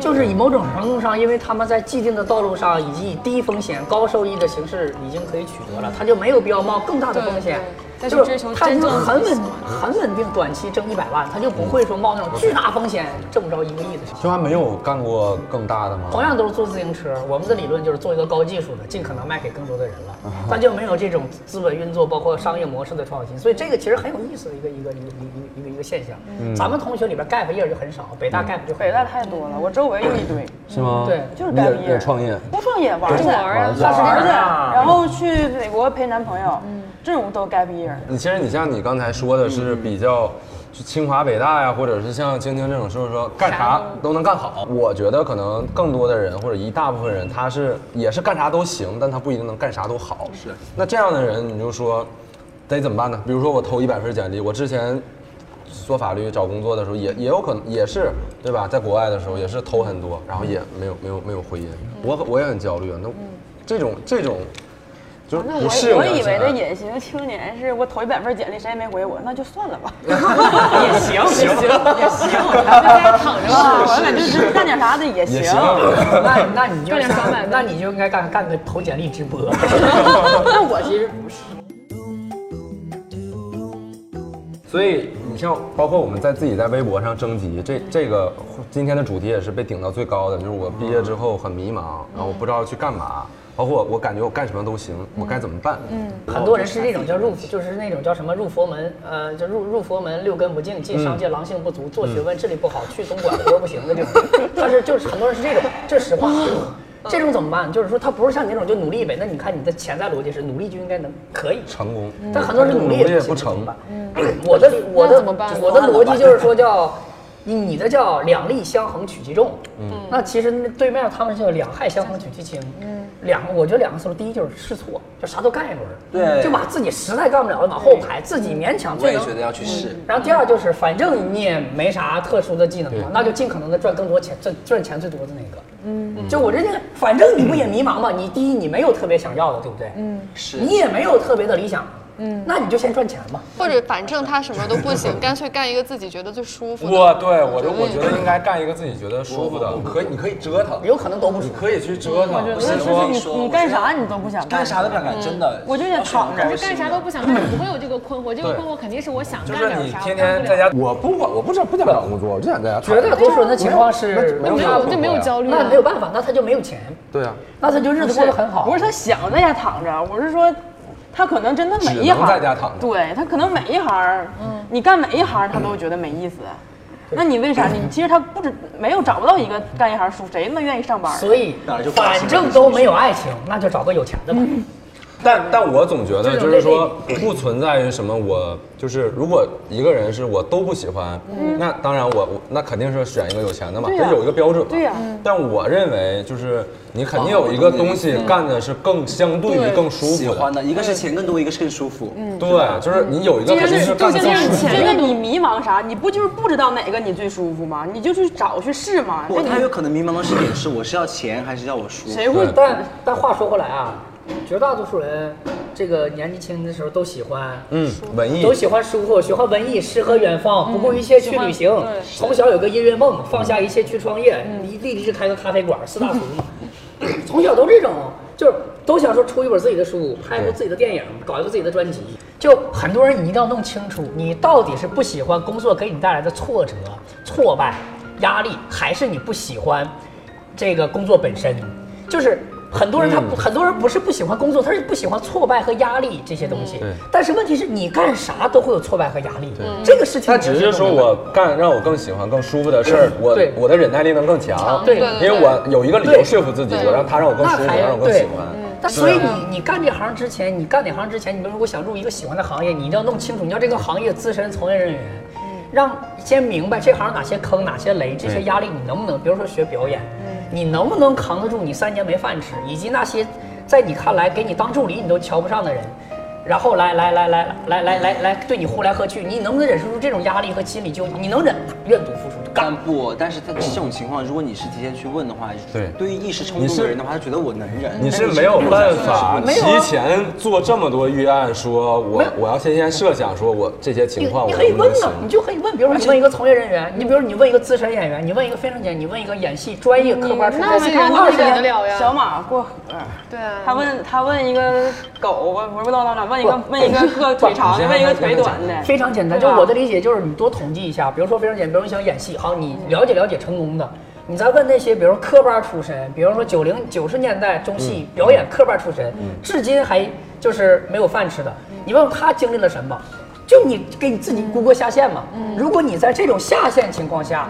S7: 就是以某种程度上，因为他们在既定的道路上以及以低风险高收益的形式已经可以取得了，他就没有必要冒更大的风险。
S3: 对对
S7: 就是
S3: 再去追求
S7: 他已
S3: 真
S7: 经
S3: 正的
S7: 很
S3: 风
S7: 稳
S3: 险
S7: 很稳定，短期挣一百万，他就不会说冒那种巨大风险挣不着一个亿的事情。
S5: 清华没有干过更大的吗？
S7: 同样都是做自行车，我们的理论就是做一个高技术的，尽可能卖给更多的人了，
S5: 嗯
S7: 但就没有这种资本运作，包括商业模式的创新，所以这个其实很有意思的一个一个一个一个一个一个现象。
S5: 嗯
S7: 咱们同学里边 gap 页就很少，北大 gap 就很
S9: 北
S7: 少。
S9: 大太多了，我周围有一堆，
S5: 是吗？
S7: 对
S9: 就是
S5: 你
S9: 干
S5: 也
S9: 业
S5: 也创业，
S9: 不创业玩去，
S5: 玩去
S9: 打
S5: 玩
S9: 去，
S7: 去啊
S9: 然后去美国陪男朋友，这种都 gap year。
S5: 你其实你像你刚才说的是
S9: 嗯
S5: 比较，就清华北大呀，或者是像晶晶这种，就是说干啥都能干好。我觉得可能更多的人或者一大部分人，他是也是干啥都行，但他不一定能干啥都好。是。那这样的人，你就说。得怎么办呢？比如说我投一百份简历，我之前做法律找工作的时候也也有可能也是对吧？在国外的时候也是投很多，然后也没有没有没有回音，
S9: 嗯
S5: 我很我也很焦虑啊。那这种这种就是不适
S9: 啊
S5: 啊
S9: 我
S5: 用
S9: 以为的
S5: 的
S9: 隐形青年是我投一百份简历，谁也没回我，那就算了吧，也行，也行，也行，
S3: 大家躺着吧。
S9: 我感觉就是干点啥的也
S5: 也
S9: 行
S5: 行。。啊
S7: 那那你就
S3: 干点小买卖
S7: 那你就应该干干个投简历直播。
S9: 那我其实不是，
S5: 所以你像包括我们在自己在微博上征集，这这个今天的主题也是被顶到最高的，就是我毕业之后很迷茫，然后我不知道去干嘛，包括我我感觉我干什么都行，我该怎么办？嗯，
S7: 很多人是这种叫入，就是那种叫什么入佛门，呃，就入入佛门六根不净，进商
S3: 嗯
S7: 界狼性不足，做学问智力不好，去东莞活不行的这种。但是就是很多人是这种，这是实话。
S3: 哦
S7: 这种怎么办？就是说他不是像你那种就努力呗，那你看你的潜在逻辑是努力就应该能可以，
S5: 成功，
S7: 但很多人努力也
S5: 不
S7: 不
S5: 成
S7: 行。嗯我的我
S3: 嗯那
S7: 的
S3: 怎么办
S7: 我的逻辑就是说叫，你你的叫两利相衡取其重，嗯，那其实那对面他们是两害相衡取其轻，嗯，两个我觉得两个思路，第一就是试错，就啥都干一轮儿，
S2: 对
S7: 就把自己实在干不了的往后排，自己勉强
S2: 我
S7: 最
S2: 也
S7: 能
S2: 觉得要去试。
S7: 然后第二就是，反正你也没啥特殊的技能嘛，那就尽可能的赚更多钱，赚赚钱最多的那个。嗯，就我这个，反正你不也迷茫吗？你第一你没有特别想要的，对不对？嗯，
S2: 是
S7: 你也没有特别的理想，嗯，那你就先赚钱嘛。
S6: 或者反正他什么都不行，干脆干一个自己觉得最舒服的。
S5: 我对我就我觉得应该干一个自己觉得舒服的，可以你可以折腾，
S7: 有可能都不出。
S5: 可以去折腾，不
S9: 就是是
S5: 说
S9: 你你干啥你都不想
S2: 干
S9: 干，
S2: 啥都不想干，真的。
S9: 我就想躺着
S3: 就干啥都不想干，不会有这个困惑。这个困惑肯定是我想
S5: 嗯就
S3: 干
S5: 是
S3: 点
S5: 你
S3: 啥，
S5: 天天在家，我不管，我不是不想找工作，我就想在家躺
S7: 绝
S5: 着。
S7: 大多数人的情况是，
S3: 我没有就没
S5: 啊
S3: 有焦虑啊
S7: 那
S3: 了。
S7: 没有办法，那他就没有钱，
S5: 对啊，
S7: 那他就日子过得很好。
S9: 不是他想在家躺着，我是说。他可能真的每一
S5: 只能
S9: 行
S5: 在家躺着
S9: 对他可能每一行，你干每一行他都觉得没意思。那你为啥？你其实他不止没有找不到一个干一行舒服，谁他妈愿意上班啊？
S7: 所以
S2: 哪儿就不好
S7: 反正都没有爱情，那就找个有钱的吧。
S5: 但但我总觉得就是说，不存在于什么我就是，如果一个人是我都不喜欢，那当然我我那肯定是选一个有钱的嘛，
S9: 对呀
S5: 这有一个标准嘛。
S9: 对呀
S5: 但我认为就是你肯定有一个东西干的是更相对于更舒
S2: 喜
S5: 服
S2: 欢
S5: 的，
S2: 的一个是钱更多，一个是更舒服。嗯，
S5: 对，就是你有一个肯定是干的更舒服
S9: 真
S5: 的。嗯
S9: 的，你迷茫啥？你不就是不知道哪个你最舒服吗？你就去找去试嘛。
S2: 不，
S9: 这
S2: 他有
S9: 你
S2: 可能迷茫的是点是我是要钱还是要我舒服？
S9: 谁会
S5: 对
S7: 但但话说回来啊，绝大多数人这个年纪轻的时候都喜欢，
S5: 嗯，文艺
S7: 都喜欢舒服，喜欢文艺，诗和远方，不顾一切去旅行。从小有个音乐梦，放
S5: 嗯
S7: 下一切去创业，立立立志开个咖啡馆，四大厨嘛。从小都这种，就是都想说出一本自己的书，拍一部自己的电影，搞一部自己的专辑。就很多人，你一定要弄清楚，你到底是不喜欢工作给你带来的挫折、挫败、压力，还是你不喜欢这个工作本身？就是很多人他不、很多人不是不喜欢工作，他是不喜欢挫败和压力这些东西。
S5: 对
S7: 但是问题是你干啥都会有挫败和压力，这个事情
S5: 他
S7: 你
S5: 只是
S7: 是
S5: 说
S7: 弄明白
S5: 我干让我更喜欢、更舒服的事儿，我
S7: 对
S5: 我的忍耐力能更 强，
S7: 对
S5: 因为我有一个理由说服自己，
S6: 对
S5: 我让他让我更舒服，
S7: 那还嗯
S5: 让我更喜欢。啊
S7: 但所以你你干这行之前，你干哪行之前，你们如果想入一个喜欢的行业，你一定要弄清楚，你要这个行业资深从业人员，让先明白这行有哪些坑、哪些雷，这些压力你能不能，比如说学表演，你能不能扛得住你三年没饭吃，以及那些在你看来给你当助理你都瞧不上的人。然后来来来来来来来来对你呼来喝去，你能不能忍受住这种压力和心理纠结？你能忍，愿赌服输，干
S2: 干不，但是他这种情况，如果你是提前去问的话，
S5: 对
S2: 对于一时冲动的人的话，他觉得我能忍。
S5: 你是没有办法
S7: 没有啊
S5: 提前做这么多预案，说我我要先先设想，说我这些情况
S7: 你
S5: 我
S7: 你可以
S5: 能不
S7: 问
S5: 能行
S7: 嘛，？你就可以问，比如说你问一个从业人员，你比如你问一个资深演员，你问一个非常简，你问一个演戏专业科班出
S3: 嗯那些
S7: 身，
S3: 人
S9: 二
S3: 都
S9: 十
S3: 忍得
S9: 年
S3: 了呀？
S9: 小马过河，
S3: 对啊，
S9: 他问他问一个狗，我不知道到哪，问一个问一个个腿长的，问一个腿短的，
S7: 非常简单。就
S9: 对吧
S7: 我的理解就是，你多统计一下，比如说非常简单，比如你想演戏，好，你了解了解成功的。你再问那些，比如说科班出身，比如说九零九十年代中戏表演科班出身，至今还就是没有饭吃的，你问问他经历了什么，就你给你自己估过下限嘛。
S9: 嗯
S7: 如果你在这种下限情况下，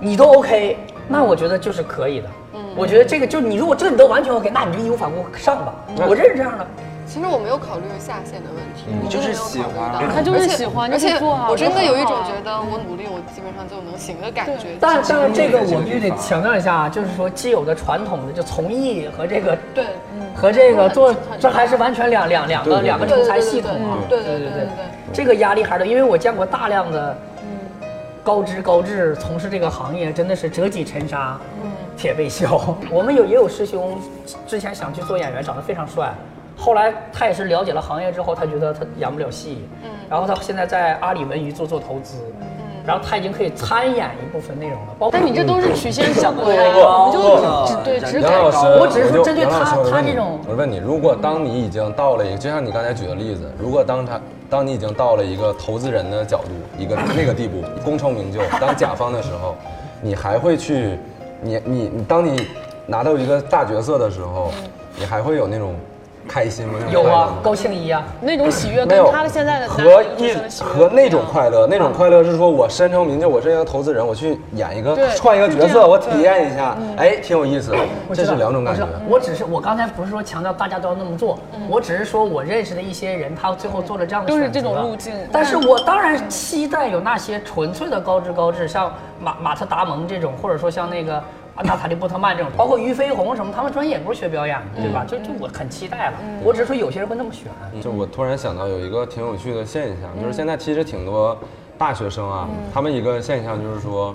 S7: 你都 OK，那我觉得就
S9: 嗯
S7: 是
S9: 嗯
S7: 可以的。我觉得这个就你如果这你都完全 OK，那你就义无反顾上吧。我认识这样的。
S6: 其实我没有考虑下线的问题，
S2: 你
S6: 我
S2: 就是
S6: 没有
S2: 喜
S6: 考虑
S2: 欢
S6: 到
S2: 他
S3: 他就是
S6: 而且
S3: 喜欢
S6: 而
S3: 就
S6: 且
S3: 去做啊
S6: 我真的有一种
S3: 我
S6: 觉得我努力，我基本上就能行的感觉。
S7: 但
S6: 就是
S7: 但是这个我
S2: 这个
S7: 必须得
S2: 地方
S7: 强调一下啊，就是说既有的传统的就从艺和这个
S6: 对，
S7: 和这个做
S6: 很很，
S7: 这还是完全两两两
S5: 对
S7: 个
S5: 对
S7: 两个
S5: 对
S7: 成才系统啊。
S6: 对对对对
S7: 这个压力还是，因为我见过大量的，
S5: 嗯
S7: 高知高智从事这个行业，真的是折戟沉沙，
S5: 嗯
S7: 铁背削。我们有也有师兄，之前想去做演员，长得非常帅，后来他也是了解了行业之后，他觉得他演不了戏，
S5: 嗯
S7: 然后他现在在阿里文娱做做投资，然后他已经可以参演一部分内容了，包括
S3: 但你这都是曲线救国呀，
S5: 我
S3: 我们就只只对只
S5: 杨
S3: 改
S5: 老师，
S3: 高。
S7: 我只是说
S5: 就
S7: 针对
S5: 杨老
S7: 他
S5: 师我
S7: 他
S5: 问
S7: 这
S5: 你
S7: 种
S5: 我问你，如果当你已经到了一个，就像你刚才举的例子，如果当他当你已经到了一个投资人的角度，一个那个地步，功成名就，当甲方的时候，你还会去，你你你，当你拿到一个大角色的时候，你还会有那种开心吗？那种
S7: 有
S5: 快乐
S7: 啊
S5: 吗，
S7: 高庆一啊，
S3: 那种喜悦
S5: 嗯没
S3: 跟
S5: 有
S3: 他的现在的
S5: 和
S3: 男女
S5: 一
S3: 生的喜悦
S5: 和
S3: 不一
S5: 那
S3: 样
S5: 种快乐，那种快乐是说我身成名就，我是一个投资人，我去演一个
S3: 对嗯
S5: 串一个
S3: 就
S5: 角
S3: 这
S5: 色，
S3: 样
S5: 我体验一下，哎，挺有意思，
S7: 我
S5: 这
S7: 知道
S5: 是两种感觉
S7: 我。知道我只是我刚才不是说强调大家都要那么做，我只是说我认识的一些人，他最后做了这样的
S3: 嗯都是
S7: 选择
S3: 这种路径
S7: 但是我当然期待有那些纯粹的高知高智，像马马特·达蒙这种，或者说像那个 啊娜塔莉·波特曼这
S5: 嗯
S7: 种，包括俞飞鸿什么，他们专业也不是学表演的，对吧？就就我很期待了。
S3: 嗯
S7: 我只是说有些人会那么选。
S5: 就我突然想到有一个挺有趣的现象，
S7: 嗯
S5: 就是现在其实挺多大学生啊，他们一个现象就是说，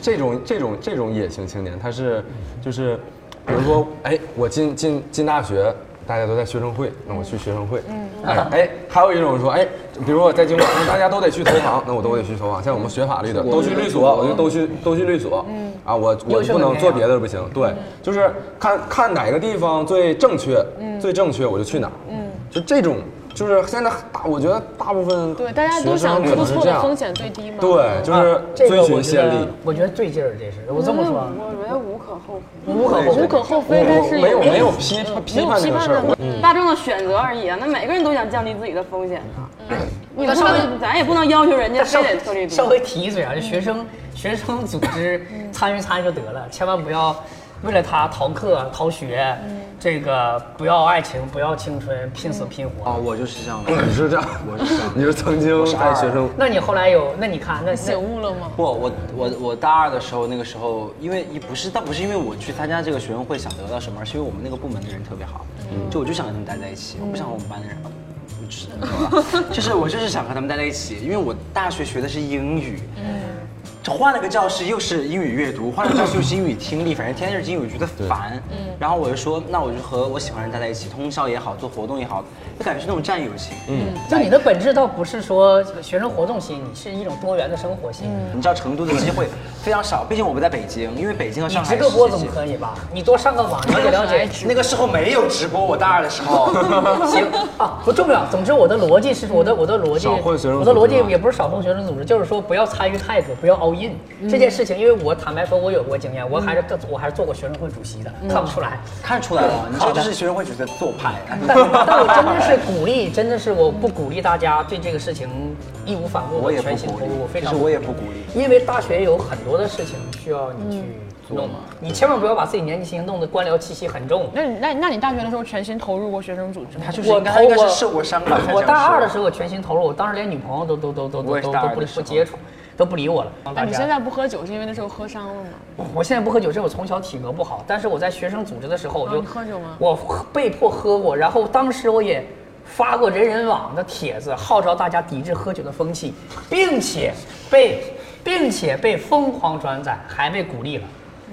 S5: 这种这种这种野性青年，他是
S7: 嗯
S5: 就是，比如说，哎，我进进进大学。大家都在学生会，那我去学生会。嗯，哎，还有一种说，哎，比如说我在经管，大家都得去投行，那我都得去投行。像我们学法律的，都去律所，我就都去都去律所。嗯，啊，我我
S7: 嗯优秀
S5: 不
S7: 的
S5: 能
S7: 培
S5: 做
S7: 养
S5: 别的不行。对，
S3: 嗯
S5: 就是看看哪个地方最正确，最正确我就去哪儿。嗯，就这种，就是现在大，我觉得大部分
S3: 对，大家都
S5: 学生
S3: 想
S5: 可
S3: 出
S5: 能是
S3: 错
S5: 这
S3: 的
S5: 样
S3: 风。险最低嘛。
S5: 对，就
S7: 啊这
S5: 是
S7: 个
S5: 遵
S7: 我
S5: 循
S7: 觉
S5: 先
S7: 得
S5: 例。
S7: 我觉得最劲儿，这是我这么说啊，
S1: 我觉得无可厚非。
S7: 无可厚
S3: 嗯无
S7: 非。
S3: 可厚非，但
S5: 我
S3: 是
S5: 我没有
S3: 也
S5: 没有批批判这
S3: 批
S5: 个
S3: 判
S5: 事儿
S3: 的，
S5: 我
S9: 大众的选择而已啊。那每个人都想降低自己的风险啊。你不
S6: 稍微
S9: 能，咱也不能要求人家
S7: 稍
S9: 非得
S7: 微
S9: 特
S2: 嗯
S9: 立独
S7: 稍
S9: 行。
S7: 微提一嘴啊，就学生、学生组织参与参与就得了，千万不要为了他逃课、逃学，
S2: 嗯
S7: 这个不要爱情，不要青春，拼死拼活。
S2: 哦，我就是这样的。
S5: 你是这样，我是这样，你是曾经在学生
S7: 那你后来有？那你看，那
S3: 醒
S7: 那
S3: 悟了吗？
S2: 不，我我我大二的时候，那个时候，因为也不是，但不是因为我去参加这个学生会想得到什么，而是因为我们那个部门的人特别好，就我就想跟他们待在一起，我不想和我们班的人。我就是你懂吧就是我就是想和他们待在一起，因为我大学学的是英语，这换了个教室又是英语阅读，换了个教室又是英语听力，反正天天是英语，我觉得烦。然后我就说，那我就和我喜欢的人待在一起，通宵也好，做活动也好，就感觉是那种战友情。
S7: 就你的本质倒不是说学生活动心，你是一种多元的生活心。
S2: 你知道成都的机会非常少，毕竟我不在北京，因为北京和
S7: 你
S2: 上海
S7: 直
S2: 是
S7: 个播
S2: 世界
S7: 总可以吧？你多上个网了解了 解。
S2: 那个时候没有直播，我大二的时 候。
S7: 行啊，不重要。总之，我的逻辑是，我的我的逻辑，
S5: 少混学生
S7: 我的逻
S5: 组
S7: 辑
S5: 织
S2: 啊
S5: 吧
S7: 也不是少混学生组织，就是说不要参与太多，不要 all in、这件事情。因为我坦白说，我有过经验，我还是
S2: 嗯
S7: 更我还是做过学生会主席的，看不出来。
S2: 看出来了，你知道这是学生会主席的做 派。
S7: 但但我真的是鼓励，真的是我不鼓励大家对这个事情义无反顾，
S2: 我也不
S7: 全心
S2: 鼓
S7: 投
S2: 励
S7: 入，我，非
S2: 其
S7: 常
S2: 实我也不鼓励。
S7: 因为大学有很多的事情需要你
S2: 嗯
S7: 去弄，你千万不要把自己年纪轻弄得官僚气息很重。
S3: 那你那你那你大学的时候全心投入过学生组织吗？
S2: 他就是
S7: 我
S2: 应该他应该
S7: 投
S2: 是
S7: 我
S2: 受过伤吧？才
S7: 我
S2: 这样
S7: 大二
S2: 说
S7: 的时候，我全心投入，我当时连女朋友都都都都
S2: 我
S7: 都
S2: 也是
S7: 都
S2: 大
S7: 都
S2: 二
S7: 不
S2: 的
S7: 理
S2: 时
S7: 不
S2: 候
S7: 接触，都不理我了。
S3: 那哎你现在不喝酒是因为那时候喝伤了吗？
S7: 我现在不喝酒，是我从小体格不好，但是我在学生组织的时候，我
S3: 啊
S7: 就
S3: 你喝酒吗
S7: 我被迫喝过，然后当时我也发过人人网的帖子，号召大家抵制喝酒的风气，并且被并且被疯狂转载，还被鼓励了，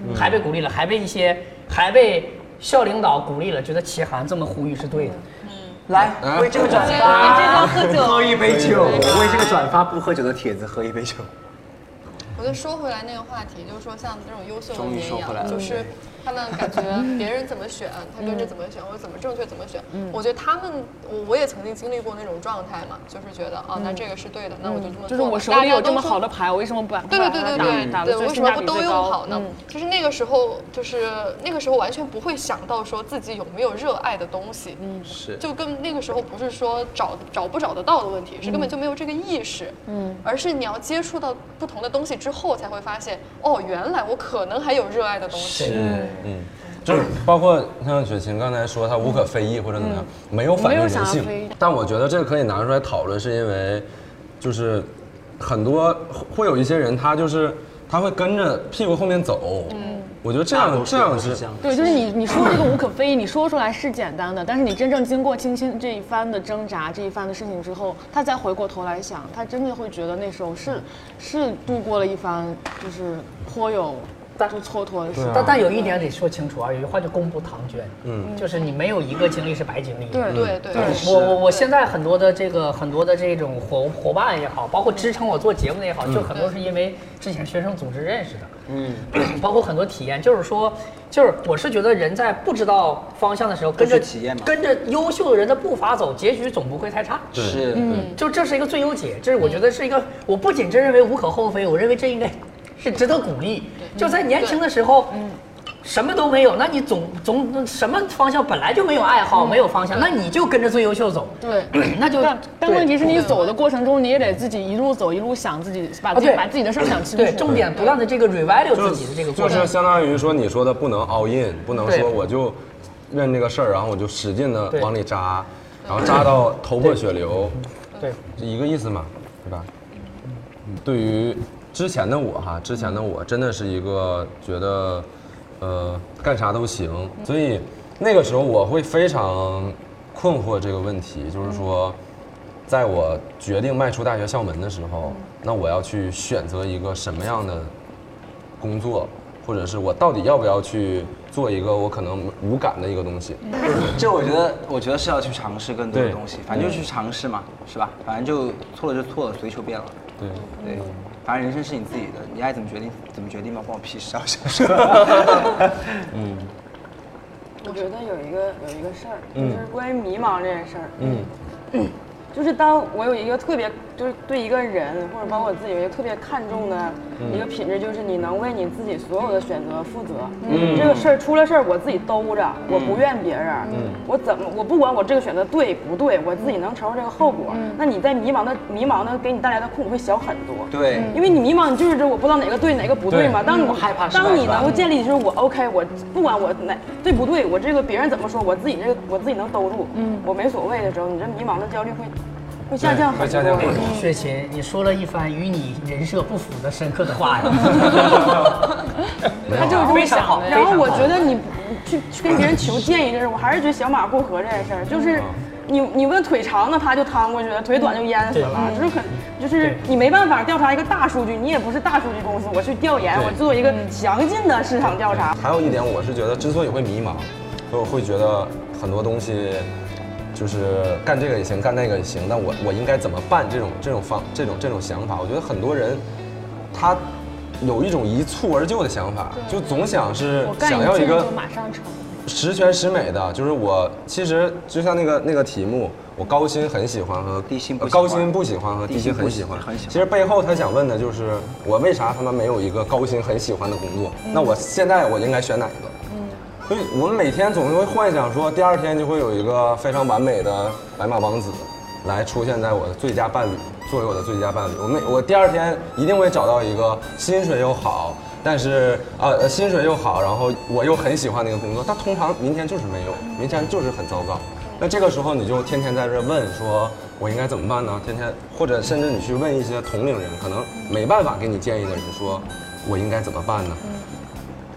S2: 嗯
S7: 还被鼓励了，还被一些还被校领导鼓励了，觉得齐涵这么呼吁是对
S2: 嗯
S7: 的。
S2: 来为这个转
S9: 你这
S2: 发
S9: 个喝酒
S2: 喝一杯酒，为这个转发不喝酒的帖子喝一杯酒。
S6: 我再说回来那个话题，就是说像这种优秀的
S2: 终于
S6: 绵
S2: 说回来
S6: 羊，
S2: 了
S6: 就是他们感觉别人怎么选，他
S3: 嗯
S6: 跟着怎么选，或者怎么正确怎么选。我觉得他们，我我也曾经经历过那种状态嘛，就是觉得啊，那这个是对的，那我就这么做吧。
S3: 嗯就是我手
S6: 大
S3: 里
S6: 家
S3: 有这
S6: 都
S3: 么
S6: 说
S3: 好的牌，我为什么不把
S6: 对对对对
S3: 把它打
S6: 对
S3: 打
S6: 对，
S3: 的
S6: 为什
S3: 最性
S6: 么
S3: 价
S6: 不
S3: 比
S6: 都
S3: 最
S6: 用
S3: 高嗯
S6: 好？呢？就是那个时候，就是那个时候完全不会想到说自己有没有热爱的东西，
S3: 嗯
S2: 是
S6: 就跟那个时候不是说找找不找得到的问题，是根本就没有这个意识，嗯，而是你要接触到不同的东西之后，才会发现，哦，原来我可能还有热爱的东西。
S2: 嗯嗯，
S5: 就是包括像雪琴刚才说她无可非议或者怎么样，没有反映人性
S3: 嗯没有想要非议。
S5: 但我觉得这个可以拿出来讨论，是因为就是很多会有一些人，他就是他会跟着屁股后面走。嗯，我觉得这
S2: 大
S5: 样
S2: 多数
S5: 这样
S2: 都
S5: 是
S2: 是这样
S3: 对，就是你你说这个无可非议，你说出来是简单的，但是你真正经过青青这一番的挣扎，这一番的事情之后，他再回过头来想，他真的会觉得那时候是是度过了一番就是颇有
S7: 但
S3: 就蹉跎的时
S7: 但
S2: 啊
S3: 光。
S7: 但有一点得说清楚啊，有句话叫“功不唐捐”，嗯，就是你没有一个经历是白经历的。
S2: 啊
S3: 对
S6: 对对，
S7: 我我我现在很多的这个很多的这种伙伙伴也好，包括支撑我做节目的也
S2: 嗯
S7: 好，就很多是因为之前学生组织认识的，嗯， 包括很多体验，就是说，就是我是觉得人在不知道方向的时候，跟着
S2: 去体验嘛
S7: 跟着优秀的人的步伐走，结局总不会太差。
S2: 是，
S9: 嗯
S7: 就这是一个最优解，这是我觉得是一个，我不仅真认为无可厚非，我认为这应该是值得鼓励。就在年轻的时候，什么都没有，那你总总什么方向本来就没有爱好，没有方向，那你就跟着最优秀走。
S3: 对，
S7: 那就
S3: 但但
S7: 对
S3: 问题是你走的过程中，你也得自己一路走一路想自己，把自己、
S7: 对
S3: 把自己的事儿想清楚。
S7: 对，重点不断的这个 revalue
S5: 就
S7: 自己的这个过
S5: 就
S7: 程。
S5: 是相当于说你说的不能 all in，不能
S7: 对
S5: 说我就认这个事儿，然后我就使劲的
S7: 对
S5: 往里扎，然后扎到头破血流，
S7: 嗯对，嗯
S5: 这一个意思嘛，对吧？对于之前的我哈，之前的我真的是一个觉得，呃，干啥都行，
S7: 嗯
S5: 所以那个时候我会非常困惑这个问题，就是
S7: 嗯
S5: 说，在我决定迈出大学校门的时
S7: 嗯
S5: 候，那我要去选择一个什么样的工作，或者是我到底要不要去做一个我可能无感的一个东西？
S2: 这我觉得，我觉得是要去尝试更多的
S5: 对
S2: 东西，反正就去尝试嘛，是吧？反正就错了就错了，随求变了。
S5: 对，
S2: 对，
S5: 嗯
S2: 反正人生是你自己的，你爱怎么决定怎么决定吧，关我屁事 啊！我想说，
S9: 我觉得有一个有一个事儿，就是关于迷茫这件事儿。嗯，就是当我有一个特别，就是对一个人或者包括我自己有一个特别看重的一个品质，就是你能为你自己所有的选择负责。嗯，这个事儿出了事儿，我自己兜着，我不怨别人。嗯，我怎么我不管我这个选择对不对，我自己能承受这个后果。那你在迷茫的迷茫的给你带来的痛苦会小很多。
S2: 对，
S5: 嗯
S9: 因为你迷茫，你就是这我不知道哪个对哪个不对嘛。当你害怕，当你能够建立就是我 OK，我不管我哪对不对，我这个别人怎么说，我自己这个我自己能兜住，嗯，我没所谓的时候，你这迷茫的焦虑会会下降很
S5: 下降
S9: 多
S5: 很。多
S7: 雪琴，你说了一番与你人设不符的深刻的话呀，
S9: 他就是这么想的。然后我觉得你去去跟别人求建议这事儿，我还是觉得小马过河这件事儿，就是你你问腿长的他就趟过去了，腿短就淹死了，就是很就是你没办法调查一个大数据，你也不是大数据公司，我去调研，我做一个详尽的市场调查。
S5: 还有一点，我是觉得之所以会迷茫，所以我会觉得很多东西就是干这个也行，干那个也行，但我我应该怎么办？这种这种方这种这种想法，我觉得很多人他有一种一蹴而就的想法，就总想是
S3: 我干
S5: 想
S3: 一
S5: 要一
S3: 件
S5: 个
S3: 就马上成。
S5: 十全十美的，就是我其实就像那个那个题目，我高薪很喜欢和
S2: 哦低薪不
S5: 呃
S2: 喜欢
S5: 高薪不喜欢和低
S2: 低
S5: 薪
S2: 薪
S5: 很
S2: 不
S5: 喜欢，
S2: 很喜欢
S5: 其实背后他想问的就是我为啥他妈没有一个高薪很喜欢的工作？
S2: 嗯
S5: 那我现在我应该选哪一个？所以我们每天总是会幻想说，第二天就会有一个非常完美的白马王子来出现在我的最佳伴侣，作为我的最佳伴侣。我每我第二天一定会找到一个薪水又好，但是呃呃薪水又好，然后我又很喜欢那个工作，但通常明天就是没有，明天就是很糟糕。那这个时候你就天天在这问说，我应该怎么办呢？天天或者甚至你去问一些同龄人，可能没办法给你建议的人说，我应该怎么办呢？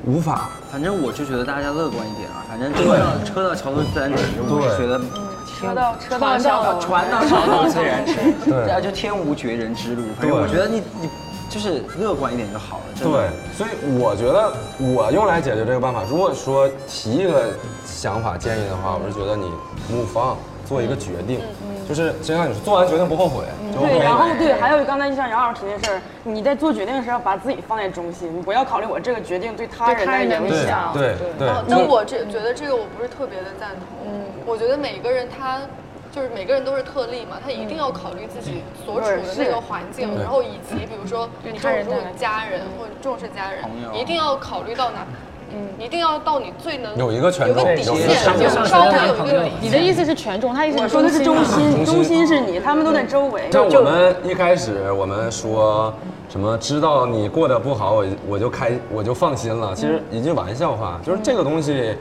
S5: 无法，
S2: 反正我就觉得大家乐观一点啊，反正车到车到桥头自然直，我是觉得
S9: 车到嗯车到
S3: 船到
S9: 到
S2: 船到桥头自然直，
S5: 对
S2: 大家就天无绝人之路。反正
S5: 对
S2: 我觉得你你就是乐观一点就好了，真的
S5: 对。，所以我觉得我用来解决这个办法，如果说提一个想法建议的话，我是觉得你 move on，做一个决定，
S6: 嗯
S5: 就是就像你说，做完决定不后悔，就 OK
S9: 对，
S5: 了
S9: 然后对，还有刚才像杨老师提那事儿，你在做决定的时候把自己放在中心，你不要考虑我这个决定对他人
S3: 对他
S9: 的
S3: 人的
S9: 影
S3: 影
S9: 响
S3: 响。
S5: 对对
S6: 哦，但我这觉得这个我不是特别的赞同。我觉得每个人他就是每个人都是特例嘛，他一定要考虑自己所处的
S9: 对是
S6: 那个环境，然后以及比如说你
S3: 他
S6: 重
S3: 人
S6: 视
S3: 带来
S6: 家人或者重视家人
S2: 朋，友
S6: 一定要考虑到哪。一定要到你最能
S5: 有一个权
S6: 有个
S5: 重
S6: 底
S5: 有一
S6: 线
S5: 个，
S7: 权
S6: 就
S7: 重
S6: 稍微有一
S7: 有一个
S6: 个
S7: 底
S3: 你的意思是权重，他意思
S9: 我
S3: 是
S9: 说的是中
S3: 心嘛。
S9: 心，啊中心是你，他们都在周围。
S5: 像我们一开始我们说什么知道你过得不好，我我就开我就放心了，其实
S3: 嗯
S5: 一句玩笑话，就是这个东西，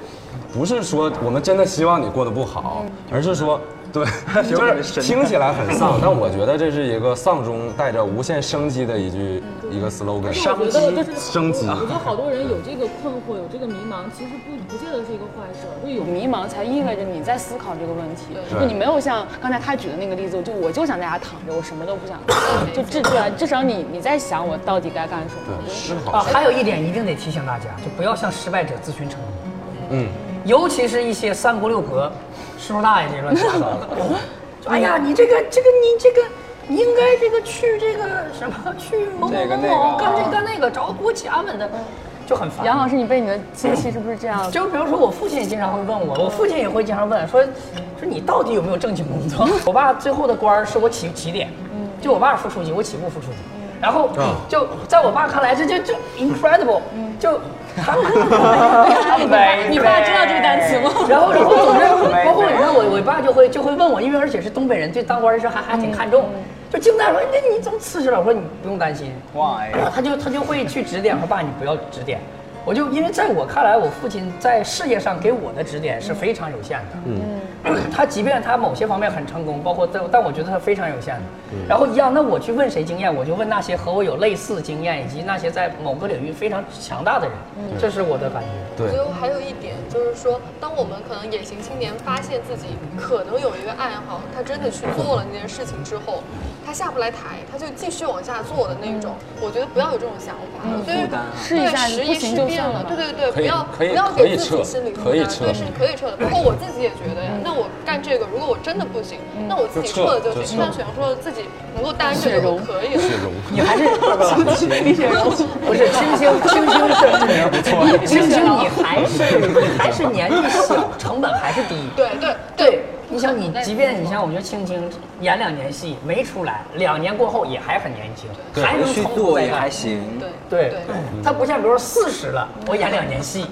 S5: 不是说我们真的希望你过得不好，
S3: 嗯
S5: 而是说。对， 就是听起来很丧，但我觉得这是一个丧中带着无限生机的一句一个 slogan，
S2: 商
S3: 我觉得嗯就是
S5: 升级
S3: 我觉得好多人有这个困惑，有这个迷茫，其实不不见得是一个坏事。就有迷茫，才意味着你在思考这个问题。
S5: 对
S3: 就你没有像刚才他举的那个例子，就我就想在家躺着，我什么都不想干。就至对啊，至少你你在想我到底该干什么。
S5: 对，思
S7: 啊，
S5: 考，
S7: 还有一点一定得提醒大家，就不要向失败者咨询成功，
S5: 嗯，
S7: 尤其是一些三姑六婆、师叔大爷这些乱七八糟的。就 哎呀，你这个这个你这个。你应该这个去这个什么去某某
S2: 这个
S7: 某
S2: 那个
S7: 某
S2: 啊
S7: 干这个干那个，找个国企安稳的，就很烦。
S3: 杨老师，你被你的亲戚是不是这样？
S7: 就比如说，我父亲也经常会问我，我父亲也会经常问说，说你到底有没有正经工作？ 我爸最后的官儿是我起起点，就我爸是副书记，我起步副书记。然后
S5: 啊
S7: 就在我爸看来，这就就 incredible，就他
S3: 你爸知道这个单词吗？
S7: 然后，然后总之，包括你知道我我爸就会就会问我，因为而且是东北人，对当官的事还还挺看重。就经常说，哎那你怎么辞职了？我说你不用担心，
S2: Why？
S7: 他就他就会去指点，说爸你不要指点。我就因为在我看来，我父亲在事业上给我的指点是非常有限的。嗯，他即便他某些方面很成功，包括但但我觉得他非常有限的。然后一样，那我去问谁经验，我就问那些和我有类似经验，以及那些在某个领域非常强大的人。这是我的感觉。
S5: 对
S6: 我觉，得还有一点就是说，当我们可能野行青年发现自己可能有一个爱好，他真的去做了那件事情之后，他下不来台，他就继续往下做的那一种。我觉得不要有这种想法，我觉
S2: 嗯负担啊
S6: 得
S3: 试一下
S6: 对时
S3: 不
S6: 移
S3: 行
S6: 时
S3: 就
S6: 变
S3: 算
S6: 了
S3: 了，
S6: 对对对，
S5: 可
S6: 不
S5: 以
S6: 要
S5: 可以
S6: 不要
S5: 可以
S6: 给自
S5: 撤
S6: 己心理负担，
S5: 可以撤
S6: 对，是可以撤的。包括我自己也觉得呀，
S3: 嗯
S6: 那我干这个，如果我真的不行，那我自己
S5: 就撤
S6: 撤了就
S5: 就
S6: 行。
S5: 撤
S6: 像雪荣说的，自己能够担着就可以了。
S7: 你还是不是青青青青是不 错，青青你还是你还是年纪小，成本还是低。
S6: 对对对，
S7: 你想你，即便你像我觉得青青演两年戏没出来，两年过后也还很年轻，还能
S2: 去
S7: 从头
S2: 做
S7: 再
S2: 也还
S7: 干。
S2: 行。
S6: 对嗯
S7: 对，他不像比如说四十了，我演两年戏。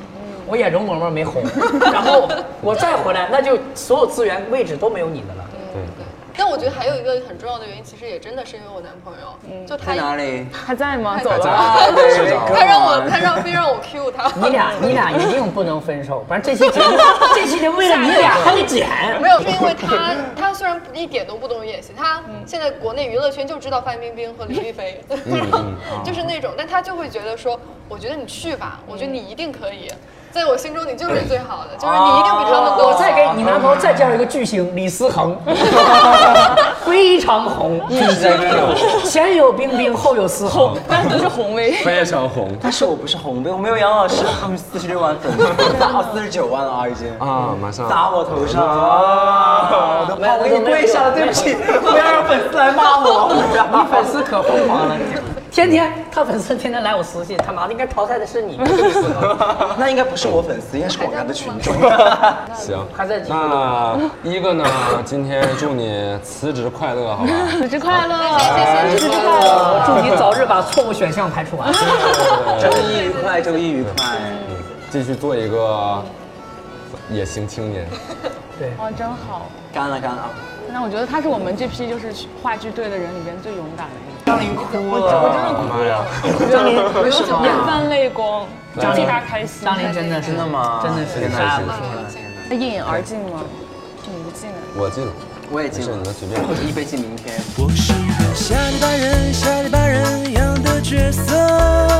S7: 我演容嬷嬷没红，然后我再回来，那就所有资源位置都没有你的了。
S5: 对，
S6: 但我觉得还有一个很重要的原因，其实也真的是因为我男朋
S7: 嗯
S6: 友，就他
S2: 在哪里？
S3: 还在吗？
S6: 还
S3: 走
S6: 在
S3: 了。
S5: 睡着了
S6: 他让我，他让非让我 Q 他。
S7: 你俩，你俩一定不能分手，不然这期节目，这期节目为了你俩还得剪。
S6: 没有，是因为他，他虽然一点都不懂演戏，他
S7: 嗯
S6: 现在国内娱乐圈就知道范冰冰和李丽菲， 就是那种，但他就会觉得说，我觉得你去吧，我
S7: 嗯
S6: 觉得你一定可以，在我心中你就是最好的，就是你一定比他们
S7: 哦我
S6: 多。
S7: 再给你男朋友再介绍一个巨星李思恒， 非常红，
S6: 嗯
S2: 就是在跟 我，
S7: 前有冰冰，后有思恒。
S3: 但不是红威，
S5: 非常红
S2: 但是我不是红杯，我没有杨老师四十六万粉丝， 哦，四十九万了啊已经。
S5: 啊，马上
S2: 打我头上啊！我的妈！我给你跪下了，对不起，不要让粉丝来骂我。
S7: 你粉丝可疯狂了，天天他粉丝天天来我私信，他妈的应该淘汰的是 你，
S2: 那应该不是我粉丝，应该是广大的群众。
S5: 行，
S7: 还在继续
S5: 那一个呢？今天祝你辞职快乐，好吧？
S3: 辞职快乐，
S6: 谢谢
S3: 辞职快乐。
S7: 祝你早日把错误选项排除完。
S2: 周一愉快，周一愉快。
S5: 继续做一个野行青年。
S7: 对，
S3: 哇，哦真好。
S2: 干了干了，
S3: 那我觉得他是我们这批就是话剧队的人里边最勇敢的一
S2: 张琳哭了。
S5: 啊妈呀！
S7: 张琳为什
S3: 个，眼泛泪光，替他开心，
S7: 张琳真的是
S2: 真的吗？
S7: 真的是
S2: 天
S7: 杀
S2: 哪！
S7: 了
S2: 天哪！
S3: 他一饮而尽吗？嗯，不尽啊。
S5: 我进了，
S2: 我也
S5: 没
S2: 进
S5: 事，你
S2: 了
S5: 们，随便。
S2: 一杯敬明天。
S10: 我是个下里巴人，下里巴人一样的角色。